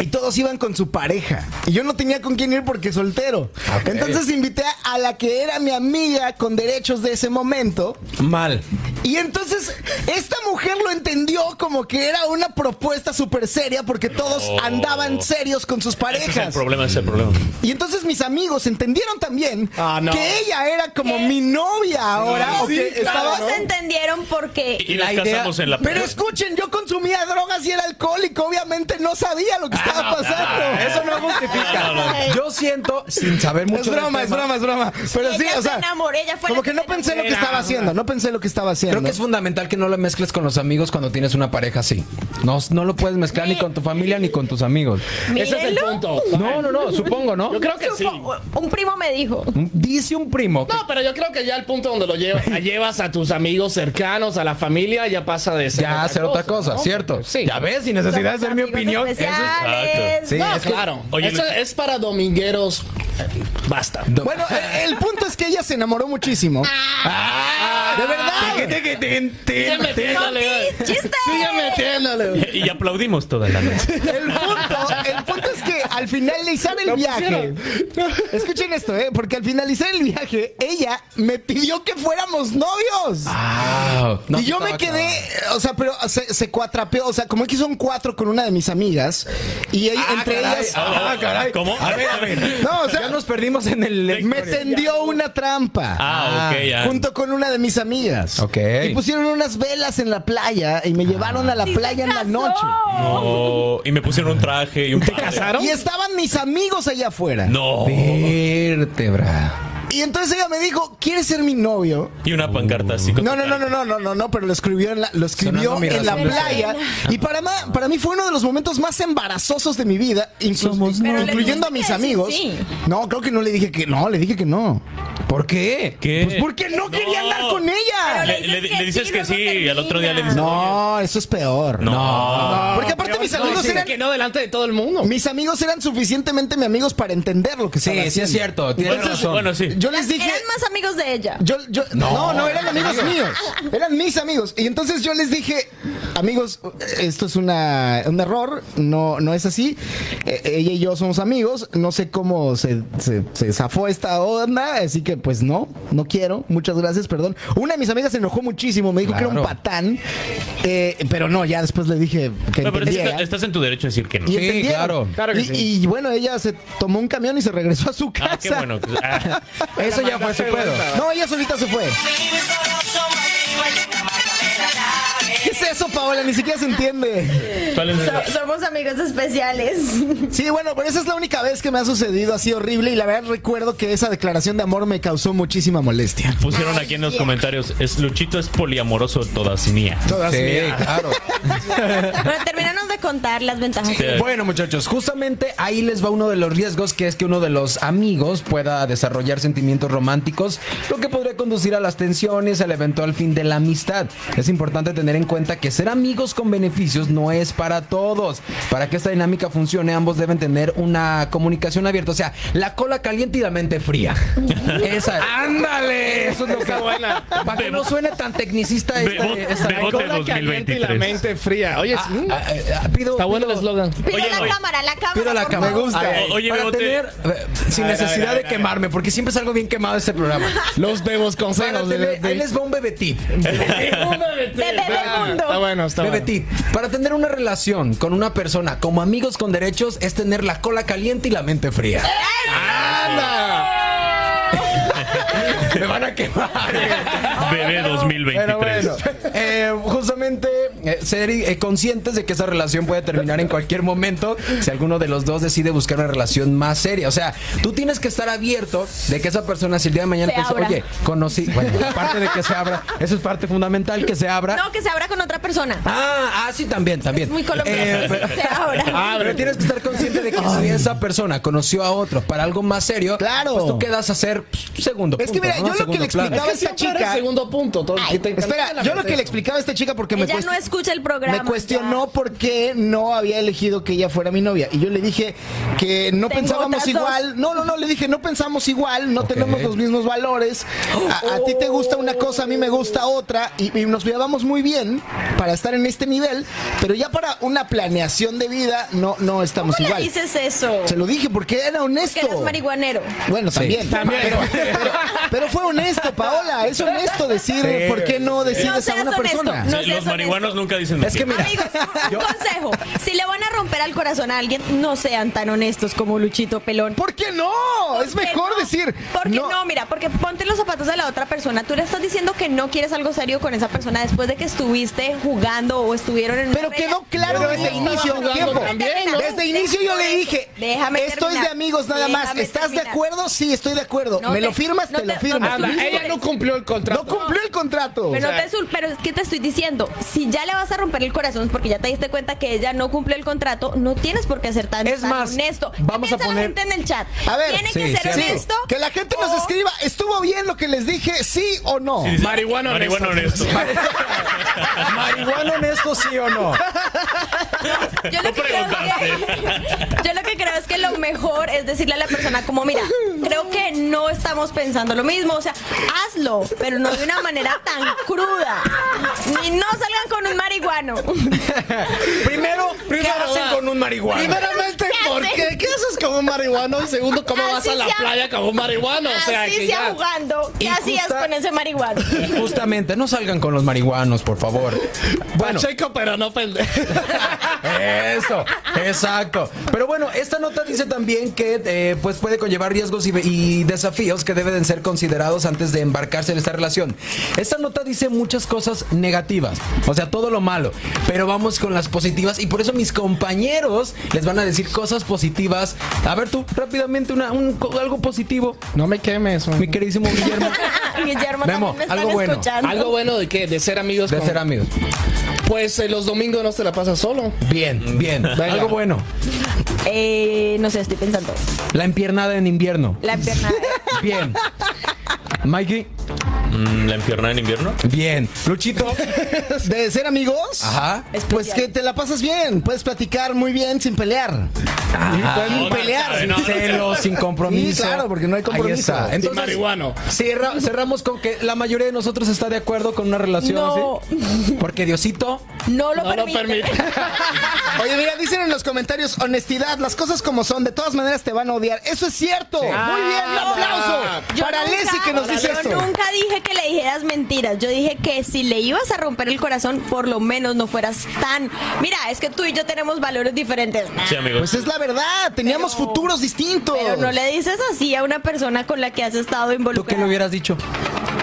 Speaker 5: Y todos iban con su pareja. Y yo no tenía con quién ir porque soltero. Entonces invité a- a la que era mi amiga con derechos de ese momento.
Speaker 8: Mal.
Speaker 5: Y entonces esta mujer lo entendió como que era una propuesta súper seria porque todos
Speaker 6: No.
Speaker 5: andaban serios con sus
Speaker 6: Ese es el
Speaker 5: parejas.
Speaker 6: problema, ese es el problema.
Speaker 5: Y entonces mis amigos entendieron también
Speaker 2: Ah, no.
Speaker 5: que ella era como mi novia ahora. o que estaba-
Speaker 4: Todos entendieron por qué.
Speaker 6: Y, y nos casamos en la
Speaker 5: Pero escuchen, yo consumía drogas y era alcohólico. Obviamente no sabía lo que estaba pasando.
Speaker 8: Eso no justifica. Yo siento, sin saber mucho.
Speaker 5: Es broma,
Speaker 8: del
Speaker 5: es
Speaker 8: tema,
Speaker 5: broma, es broma. Pero sí,
Speaker 4: ella
Speaker 5: o sea,
Speaker 4: se enamoró, ella fue la
Speaker 5: como que no
Speaker 4: se
Speaker 5: pensé lo que estaba haciendo. No pensé lo que estaba haciendo.
Speaker 8: Creo que es fundamental que no lo mezcles con los amigos cuando tienes una pareja así. No, no lo puedes mezclar ni con tu familia ni con tus amigos.
Speaker 4: enamoró.
Speaker 2: Ese es el
Speaker 4: Mírenlo.
Speaker 2: punto.
Speaker 8: No, no, no, supongo, ¿no?
Speaker 2: Yo creo que sí.
Speaker 4: Supo- Un primo me dijo.
Speaker 8: Dice un primo. que
Speaker 2: No, pero yo creo que ya el punto donde lo llevas, llevas a tus amigos cercanos, a la familia, ya pasa de ser
Speaker 8: Ya hacer otra cosa,
Speaker 2: ¿no?
Speaker 8: ¿cierto?
Speaker 2: Sí.
Speaker 8: Ya ves, sin necesidad de ser mi
Speaker 4: Amigos
Speaker 8: opinión. Ah,
Speaker 4: especiales.
Speaker 8: Sí,
Speaker 2: No,
Speaker 8: es que-
Speaker 2: claro.
Speaker 6: Oye,
Speaker 2: Eso
Speaker 6: Lu-
Speaker 2: es para domingueros. Basta.
Speaker 8: Do-
Speaker 5: Bueno, eh, el punto es que ella se enamoró muchísimo. Ah, De verdad.
Speaker 2: Sigue metiéndole.
Speaker 4: ¡Chiste!
Speaker 6: [laughs]
Speaker 2: Sigue metiéndole.
Speaker 6: Y aplaudimos toda la noche.
Speaker 5: El punto, el punto es que al finalizar el
Speaker 2: Lo
Speaker 5: viaje,
Speaker 2: pusieron.
Speaker 5: escuchen esto, ¿eh? Porque al finalizar el viaje, ella me pidió que fuéramos novios.
Speaker 8: Ah, no,
Speaker 5: y yo
Speaker 8: estaba
Speaker 5: me
Speaker 8: claro.
Speaker 5: quedé, o sea, pero se, se cuatrapeó, o sea, como que son cuatro con una de mis amigas y ella- entre
Speaker 8: caray,
Speaker 5: ellas
Speaker 8: Ah, caray.
Speaker 6: ¿Cómo?
Speaker 8: A ver, a [laughs] ver.
Speaker 5: No, o sea-
Speaker 7: ya nos perdimos en el.
Speaker 5: me tendió una trampa.
Speaker 6: Ah, ok, ya.
Speaker 5: Junto con una de mis amigas.
Speaker 8: Ok.
Speaker 5: Y pusieron unas velas en la playa y me llevaron a la playa en la noche.
Speaker 6: No, Oh, y me pusieron un traje y un ¿Te
Speaker 5: Y estaban mis amigos allá afuera.
Speaker 6: No.
Speaker 8: Vértebra.
Speaker 5: Y entonces ella me dijo, ¿quieres ser mi novio?
Speaker 6: Y una pancarta así. con
Speaker 5: No,
Speaker 6: tu
Speaker 5: no, no,
Speaker 6: cara.
Speaker 5: no, no, no, no, no, pero lo escribió en la, lo escribió
Speaker 8: Sonando mi
Speaker 5: en la
Speaker 8: razón de
Speaker 5: playa. Y para, ma- para mí fue uno de los momentos más embarazosos de mi vida, inclu-
Speaker 4: Pero le
Speaker 5: incluyendo a mis
Speaker 4: tuviste que
Speaker 5: amigos.
Speaker 4: decir
Speaker 5: No, creo que no le dije que no, le dije que no.
Speaker 8: ¿Por qué?
Speaker 6: ¿Qué?
Speaker 5: Pues porque no, quería andar con ella.
Speaker 4: Pero
Speaker 6: Le, le- le dices que sí
Speaker 4: luego
Speaker 6: y al otro día le dices.
Speaker 4: termina.
Speaker 5: No, eso es peor.
Speaker 6: No. Ah.
Speaker 5: Porque aparte mis
Speaker 2: No,
Speaker 5: amigos
Speaker 2: dice
Speaker 5: eran
Speaker 2: que no delante de todo el mundo.
Speaker 5: mis amigos eran suficientemente mis amigos para entender lo que estaba
Speaker 8: Sí, sí es
Speaker 5: haciendo.
Speaker 8: cierto. Tienes
Speaker 6: Entonces,
Speaker 8: razón.
Speaker 6: bueno, sí.
Speaker 5: Yo les dije,
Speaker 4: Eran más amigos de ella.
Speaker 5: Yo, yo,
Speaker 8: No.
Speaker 5: no. no, eran amigos míos. Eran mis amigos. Y entonces yo les dije, amigos, esto es una, un error, no, no es así. Eh, ella y yo somos amigos, no sé cómo se, se, se zafó esta onda, así que pues no, no quiero. Muchas gracias, perdón. Una de mis amigas se enojó muchísimo, me dijo que era
Speaker 8: Claro.
Speaker 5: un patán, eh, pero no, ya después le dije que
Speaker 6: No, pero es que
Speaker 5: entendiera.
Speaker 6: está- estás en tu derecho a decir que no.
Speaker 5: Y
Speaker 8: Sí,
Speaker 5: entendieron.
Speaker 8: claro.
Speaker 2: Claro que
Speaker 5: y,
Speaker 2: sí.
Speaker 5: y bueno, ella se tomó un camión y se regresó a su casa.
Speaker 6: Ah, qué bueno.
Speaker 5: [laughs]
Speaker 6: Ah,
Speaker 8: Eso ya fue su pedo.
Speaker 5: No, ella solita se fue. ¿Qué es eso, Paola? Ni siquiera se entiende.
Speaker 6: ¿cuál es el-
Speaker 4: So- somos amigos especiales.
Speaker 5: Sí, bueno, pero esa es la única vez que me ha sucedido así horrible y la verdad recuerdo que esa declaración de amor me causó muchísima molestia.
Speaker 6: Pusieron aquí en los comentarios, es Luchito es poliamoroso todas mías.
Speaker 5: Todas
Speaker 8: Sí,
Speaker 5: mías.
Speaker 8: claro.
Speaker 4: Pero terminanos de contar las ventajas.
Speaker 6: Sí.
Speaker 8: Bueno, muchachos, justamente ahí les va uno de los riesgos que es que uno de los amigos pueda desarrollar sentimientos románticos, lo que podría conducir a las tensiones, al eventual fin de la amistad. Es importante tener en cuenta que ser amigos con beneficios no es para todos. Para que esta dinámica funcione, ambos deben tener una comunicación abierta, o sea, la cola caliente y la mente
Speaker 2: [laughs]
Speaker 8: fría. Esa. ¡Ándale! Eso es lo que
Speaker 2: [laughs] buena.
Speaker 8: Para que no suene tan tecnicista esta-
Speaker 6: Bebo-
Speaker 8: esta-
Speaker 6: Bebo-
Speaker 8: cola-
Speaker 2: Cola caliente y la
Speaker 6: 2023.
Speaker 2: mente fría. Oye,
Speaker 8: Ah,
Speaker 2: mm,
Speaker 8: ah, ah, pido-
Speaker 2: está bueno el
Speaker 8: pido-
Speaker 2: eslogan.
Speaker 4: Pido
Speaker 6: Oye,
Speaker 4: la
Speaker 6: oye.
Speaker 4: cámara, la cámara.
Speaker 8: Pido la
Speaker 4: por
Speaker 8: cámara.
Speaker 4: favor.
Speaker 6: Ay, oye,
Speaker 8: para
Speaker 6: Bebote.
Speaker 8: tener, eh, sin
Speaker 6: A ver, a ver,
Speaker 8: necesidad
Speaker 6: a
Speaker 8: de
Speaker 6: ver, a ver.
Speaker 8: quemarme, porque siempre salgo bien quemado de este programa.
Speaker 5: Los bebos
Speaker 8: Para
Speaker 5: consejos. de-
Speaker 8: tener-
Speaker 5: de-
Speaker 8: ahí les va un bebé tip.
Speaker 4: Bebé del
Speaker 2: Está
Speaker 4: mundo.
Speaker 2: bueno, está
Speaker 8: [laughs] Bebé
Speaker 2: bueno.
Speaker 8: tip. Para tener una relación con una persona como amigos con derechos es tener la cola caliente y la mente fría. [laughs] Me van a quemar.
Speaker 6: Bebé 2023.
Speaker 8: Pero bueno, eh, justamente eh, ser eh, conscientes de que esa relación puede terminar en cualquier momento si alguno de los dos decide buscar una relación más seria. O sea, tú tienes que estar abierto de que esa persona, si el día de mañana
Speaker 4: Se
Speaker 8: te dice,
Speaker 4: abra.
Speaker 8: oye, conocí, bueno, aparte de que se abra, eso es parte fundamental, que se abra.
Speaker 4: No, que se abra con otra persona.
Speaker 8: Ah, ah, sí, también, también.
Speaker 4: Muy colombiano.
Speaker 8: Eh, pero-
Speaker 4: Se abra.
Speaker 8: [laughs] Ah, pero tienes que estar consciente de que si esa persona conoció a otro para algo más serio,
Speaker 5: Claro.
Speaker 8: pues tú quedas a ser pues, segundo.
Speaker 5: Es que mira, yo lo que le
Speaker 8: explicaba
Speaker 5: explicaba
Speaker 2: Es que
Speaker 5: esta
Speaker 2: siempre
Speaker 5: chica-
Speaker 2: era el segundo punto. todo- que te encanta
Speaker 5: Espera,
Speaker 2: la
Speaker 5: yo lo
Speaker 2: mente.
Speaker 5: que le explicaba a esta chica porque me
Speaker 4: Ella
Speaker 5: cuesta-
Speaker 4: no escucha el programa.
Speaker 5: me cuestionó por qué no había elegido que ella fuera mi novia. Y yo le dije que no
Speaker 4: Tengo
Speaker 5: pensábamos
Speaker 4: otras
Speaker 5: igual. No, no, no, le dije, no pensamos igual, no tenemos los mismos valores. A, a ti te gusta una cosa, a mí me gusta otra. Y, y nos llevábamos muy bien para estar en este nivel, pero ya para una planeación de vida no, no estamos
Speaker 4: ¿Cómo le
Speaker 5: igual.
Speaker 4: dices eso?
Speaker 5: Se lo dije porque
Speaker 4: Que
Speaker 5: era honesto.
Speaker 4: eres marihuanero.
Speaker 5: Bueno, también. Pero, pero- pero fue honesto, Paola. Es honesto decir por qué no
Speaker 4: No
Speaker 5: decides a
Speaker 4: seas
Speaker 5: una
Speaker 4: honesto.
Speaker 5: persona.
Speaker 4: No
Speaker 6: Sí,
Speaker 4: seas
Speaker 6: los marihuanos
Speaker 4: honesto.
Speaker 6: nunca dicen de
Speaker 8: Es
Speaker 6: ti.
Speaker 8: que mira,
Speaker 4: Amigos, un consejo. Si le van a romper al corazón a alguien, no sean tan honestos como Luchito Pelón.
Speaker 5: ¿Por qué no? Es
Speaker 4: ¿Por qué
Speaker 5: mejor
Speaker 4: no?
Speaker 5: decir.
Speaker 4: Porque no? mira, porque ponte los zapatos de la otra persona. Tú le estás diciendo que no quieres algo serio con esa persona después de que estuviste jugando o estuvieron en una
Speaker 5: Pero
Speaker 4: pelea.
Speaker 5: quedó claro
Speaker 2: Pero
Speaker 5: desde
Speaker 2: estaba
Speaker 5: inicio.
Speaker 2: jugando
Speaker 5: Tiempo.
Speaker 2: también, ¿no?
Speaker 5: Desde inicio yo le dije.
Speaker 4: Déjame
Speaker 5: Esto es
Speaker 4: terminar.
Speaker 5: de amigos nada más.
Speaker 4: Déjame
Speaker 5: ¿Estás de
Speaker 4: terminar.
Speaker 5: acuerdo? Sí, estoy de acuerdo.
Speaker 4: No
Speaker 5: ¿Me
Speaker 4: te-
Speaker 5: lo firmas?
Speaker 4: no
Speaker 5: Te lo
Speaker 4: te-
Speaker 5: firmo.
Speaker 8: Ah,
Speaker 4: no
Speaker 2: Habla,
Speaker 4: te-
Speaker 2: ella no cumplió el
Speaker 5: Ah, No
Speaker 2: contrato.
Speaker 5: cumplió el contrato.
Speaker 4: Pero,
Speaker 5: O
Speaker 4: no
Speaker 5: sea,
Speaker 4: te sul- pero es que te estoy diciendo, si ya le vas a romper el corazón porque ya te diste cuenta que ella no cumple el contrato, no tienes por qué ser tan,
Speaker 8: Es
Speaker 4: tan
Speaker 8: más,
Speaker 4: honesto. ¿Qué
Speaker 8: vamos a
Speaker 4: piensa
Speaker 8: poner-
Speaker 4: la gente en el chat?
Speaker 5: A ver,
Speaker 4: ¿Tiene
Speaker 8: sí,
Speaker 4: que ser
Speaker 8: sí, sí.
Speaker 4: honesto?
Speaker 5: que la gente nos
Speaker 4: o-
Speaker 5: escriba. ¿Estuvo bien lo que les dije? ¿Sí o no?
Speaker 6: Sí, sí.
Speaker 2: Marihuana
Speaker 6: Marihuana honesto.
Speaker 8: [laughs] marihuana honesto sí o no.
Speaker 4: Yo lo, que creo que- yo lo que creo es que lo mejor es decirle a la persona como, mira, creo que no estamos pensando lo mismo, o sea, hazlo, pero no de una manera tan cruda. Ni no salgan con un marihuano.
Speaker 8: Primero, primero hacen con un marihuana.
Speaker 5: Primeramente,
Speaker 4: ¿Qué
Speaker 2: ¿Por qué? ¿Qué haces como un marihuano? Y segundo, ¿cómo vas
Speaker 4: Así
Speaker 2: a la
Speaker 4: sea-
Speaker 2: playa como un marihuano? O sea,
Speaker 4: Así
Speaker 2: que
Speaker 4: sea
Speaker 2: ya.
Speaker 4: jugando. ¿Qué
Speaker 8: Y
Speaker 4: hacías
Speaker 8: justa-
Speaker 4: con ese marihuana?
Speaker 8: Justamente, no salgan con los marihuanos, por favor. Bueno,
Speaker 2: Pacheco, pero no pendejo.
Speaker 8: Eso, exacto. Pero bueno, esta nota dice también que eh, pues puede conllevar riesgos y, y desafíos que deben ser considerados antes de embarcarse en esta relación. Esta nota dice muchas cosas negativas, o sea, todo lo malo, pero vamos con las positivas y por eso mis compañeros les van a decir cosas positivas. A ver tú, rápidamente, una, un- algo positivo,
Speaker 2: No me quemes,
Speaker 8: mi queridísimo
Speaker 4: [laughs]
Speaker 8: Guillermo,
Speaker 4: [laughs] Guillermo,
Speaker 8: Memo,
Speaker 4: también me están
Speaker 8: algo bueno.
Speaker 4: escuchando.
Speaker 2: Algo bueno de qué? De ser amigos
Speaker 8: de
Speaker 2: con-
Speaker 8: ser amigos.
Speaker 2: Pues eh, los domingos no se la pasas solo.
Speaker 8: Bien, bien,
Speaker 2: Venga.
Speaker 8: algo bueno.
Speaker 4: Eh, no sé, estoy pensando.
Speaker 8: La empiernada en invierno.
Speaker 4: La pierna.
Speaker 8: Bien. Mikey.
Speaker 6: Mm, ¿La empiernada en invierno?
Speaker 8: Bien. [laughs] Luchito.
Speaker 5: De ser amigos.
Speaker 8: Ajá.
Speaker 5: Pues que te la pasas bien, puedes platicar muy bien sin pelear.
Speaker 6: no,
Speaker 5: pueden
Speaker 6: no,
Speaker 5: pelear.
Speaker 6: no, no.
Speaker 8: Celo, sin compromiso.
Speaker 5: Sí, claro, porque no hay compromiso.
Speaker 8: Ahí está.
Speaker 5: Sin
Speaker 8: Entonces,
Speaker 2: marihuano.
Speaker 8: cierra- cerramos con que la mayoría de nosotros está de acuerdo con una relación
Speaker 4: No.
Speaker 8: así. Porque Diosito.
Speaker 4: No lo
Speaker 2: No lo
Speaker 4: permite.
Speaker 2: permite.
Speaker 4: [laughs]
Speaker 5: Oye, mira, dicen en los comentarios honestidad, las cosas como son, de todas maneras te van a odiar. Eso es cierto. Muy bien,
Speaker 8: Ah,
Speaker 5: un aplauso
Speaker 4: Yo
Speaker 5: para
Speaker 4: nunca-
Speaker 5: Leslie que nos dice
Speaker 4: yo
Speaker 5: esto.
Speaker 4: nunca dije que le dijeras mentiras. Yo dije que si le ibas a romper el corazón, por lo menos no fueras tan. Mira, es que tú y yo tenemos valores diferentes. Nah.
Speaker 6: Sí, amigos.
Speaker 5: Pues es la verdad, teníamos
Speaker 4: Pero-
Speaker 5: futuros distintos.
Speaker 4: Pero no le dices así a una persona con la que has estado
Speaker 8: ¿Tú qué le
Speaker 4: involucrada.
Speaker 8: hubieras dicho?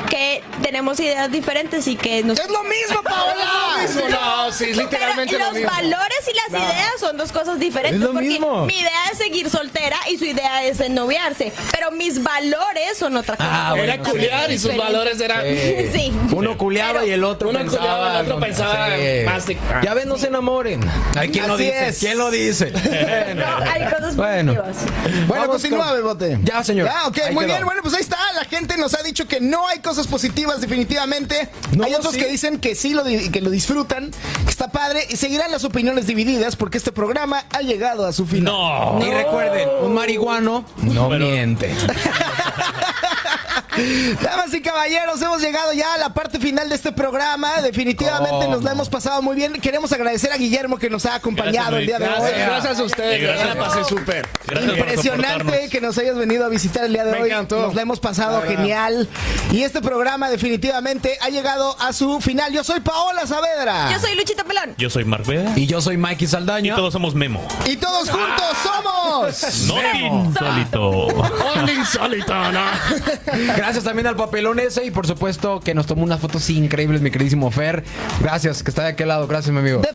Speaker 4: que tenemos ideas diferentes y que nos.
Speaker 5: Es lo mismo, Paola.
Speaker 2: No, no, sí, es literalmente
Speaker 4: Pero
Speaker 2: lo
Speaker 4: los
Speaker 2: mismo.
Speaker 4: valores y las ideas son dos cosas diferentes.
Speaker 8: Es lo
Speaker 4: porque
Speaker 8: mismo.
Speaker 4: mi idea es seguir soltera y su idea es ennoviarse. Pero mis valores son otra cosa.
Speaker 8: Ah,
Speaker 2: Era culiar y sus
Speaker 4: Diferente.
Speaker 2: valores eran.
Speaker 4: [laughs] Sí.
Speaker 8: Uno culeaba Eh, y el otro
Speaker 2: Uno
Speaker 8: pensaba.
Speaker 2: culeaba, el otro pensaba más de-
Speaker 8: Ya ven, no se enamoren. Ay, ¿quién lo
Speaker 5: Así
Speaker 8: dice?
Speaker 5: es.
Speaker 8: ¿Quién lo dice?
Speaker 4: No, hay cosas
Speaker 8: Bueno.
Speaker 4: positivas.
Speaker 5: Bueno, pues
Speaker 8: Vamos
Speaker 5: continúa,
Speaker 8: con-
Speaker 5: Bebote.
Speaker 8: Ya, señor.
Speaker 5: Ah, ok,
Speaker 8: Ahí
Speaker 5: muy
Speaker 8: quedó.
Speaker 5: bien. Bueno, pues ahí está. La gente nos ha dicho que no hay cosas positivas, definitivamente.
Speaker 8: No,
Speaker 5: hay otros
Speaker 8: sí.
Speaker 5: que dicen que sí lo, di- que lo disfrutan, que está padre. Y seguirán las opiniones divididas porque este programa ha llegado a su final.
Speaker 6: No.
Speaker 8: Y recuerden, un marihuano no
Speaker 6: Pero-
Speaker 8: miente.
Speaker 5: Damas y caballeros, hemos llegado ya a la parte final de este programa. Definitivamente
Speaker 8: ¿Cómo?
Speaker 5: nos la hemos pasado muy bien. Queremos agradecer a Guillermo que nos ha acompañado
Speaker 6: Gracias,
Speaker 5: el día de
Speaker 2: Gracias,
Speaker 5: hoy.
Speaker 2: gracias a ustedes.
Speaker 6: Sí, gracias.
Speaker 2: yo la pasé súper.
Speaker 6: Gracias por
Speaker 5: Impresionante
Speaker 6: soportarnos.
Speaker 5: que nos hayas venido a visitar el día de
Speaker 2: Me
Speaker 5: hoy.
Speaker 2: encantó.
Speaker 5: Nos la hemos pasado
Speaker 2: La verdad.
Speaker 5: genial. Y este programa definitivamente ha llegado a su final. Yo soy Paola Saavedra.
Speaker 4: Yo soy Luchita Pelón.
Speaker 6: Yo soy Mark Veda
Speaker 8: Y yo soy Mikey
Speaker 6: y
Speaker 8: Saldaña.
Speaker 6: todos somos Memo.
Speaker 5: Y todos juntos
Speaker 2: [laughs]
Speaker 5: somos.
Speaker 6: No insólito.
Speaker 2: Only insólito, ¿no?
Speaker 8: Gracias también al papelón ese y por supuesto que nos tomó unas fotos increíbles, mi queridísimo Fer. Gracias, que está de aquel lado. Gracias, mi amigo.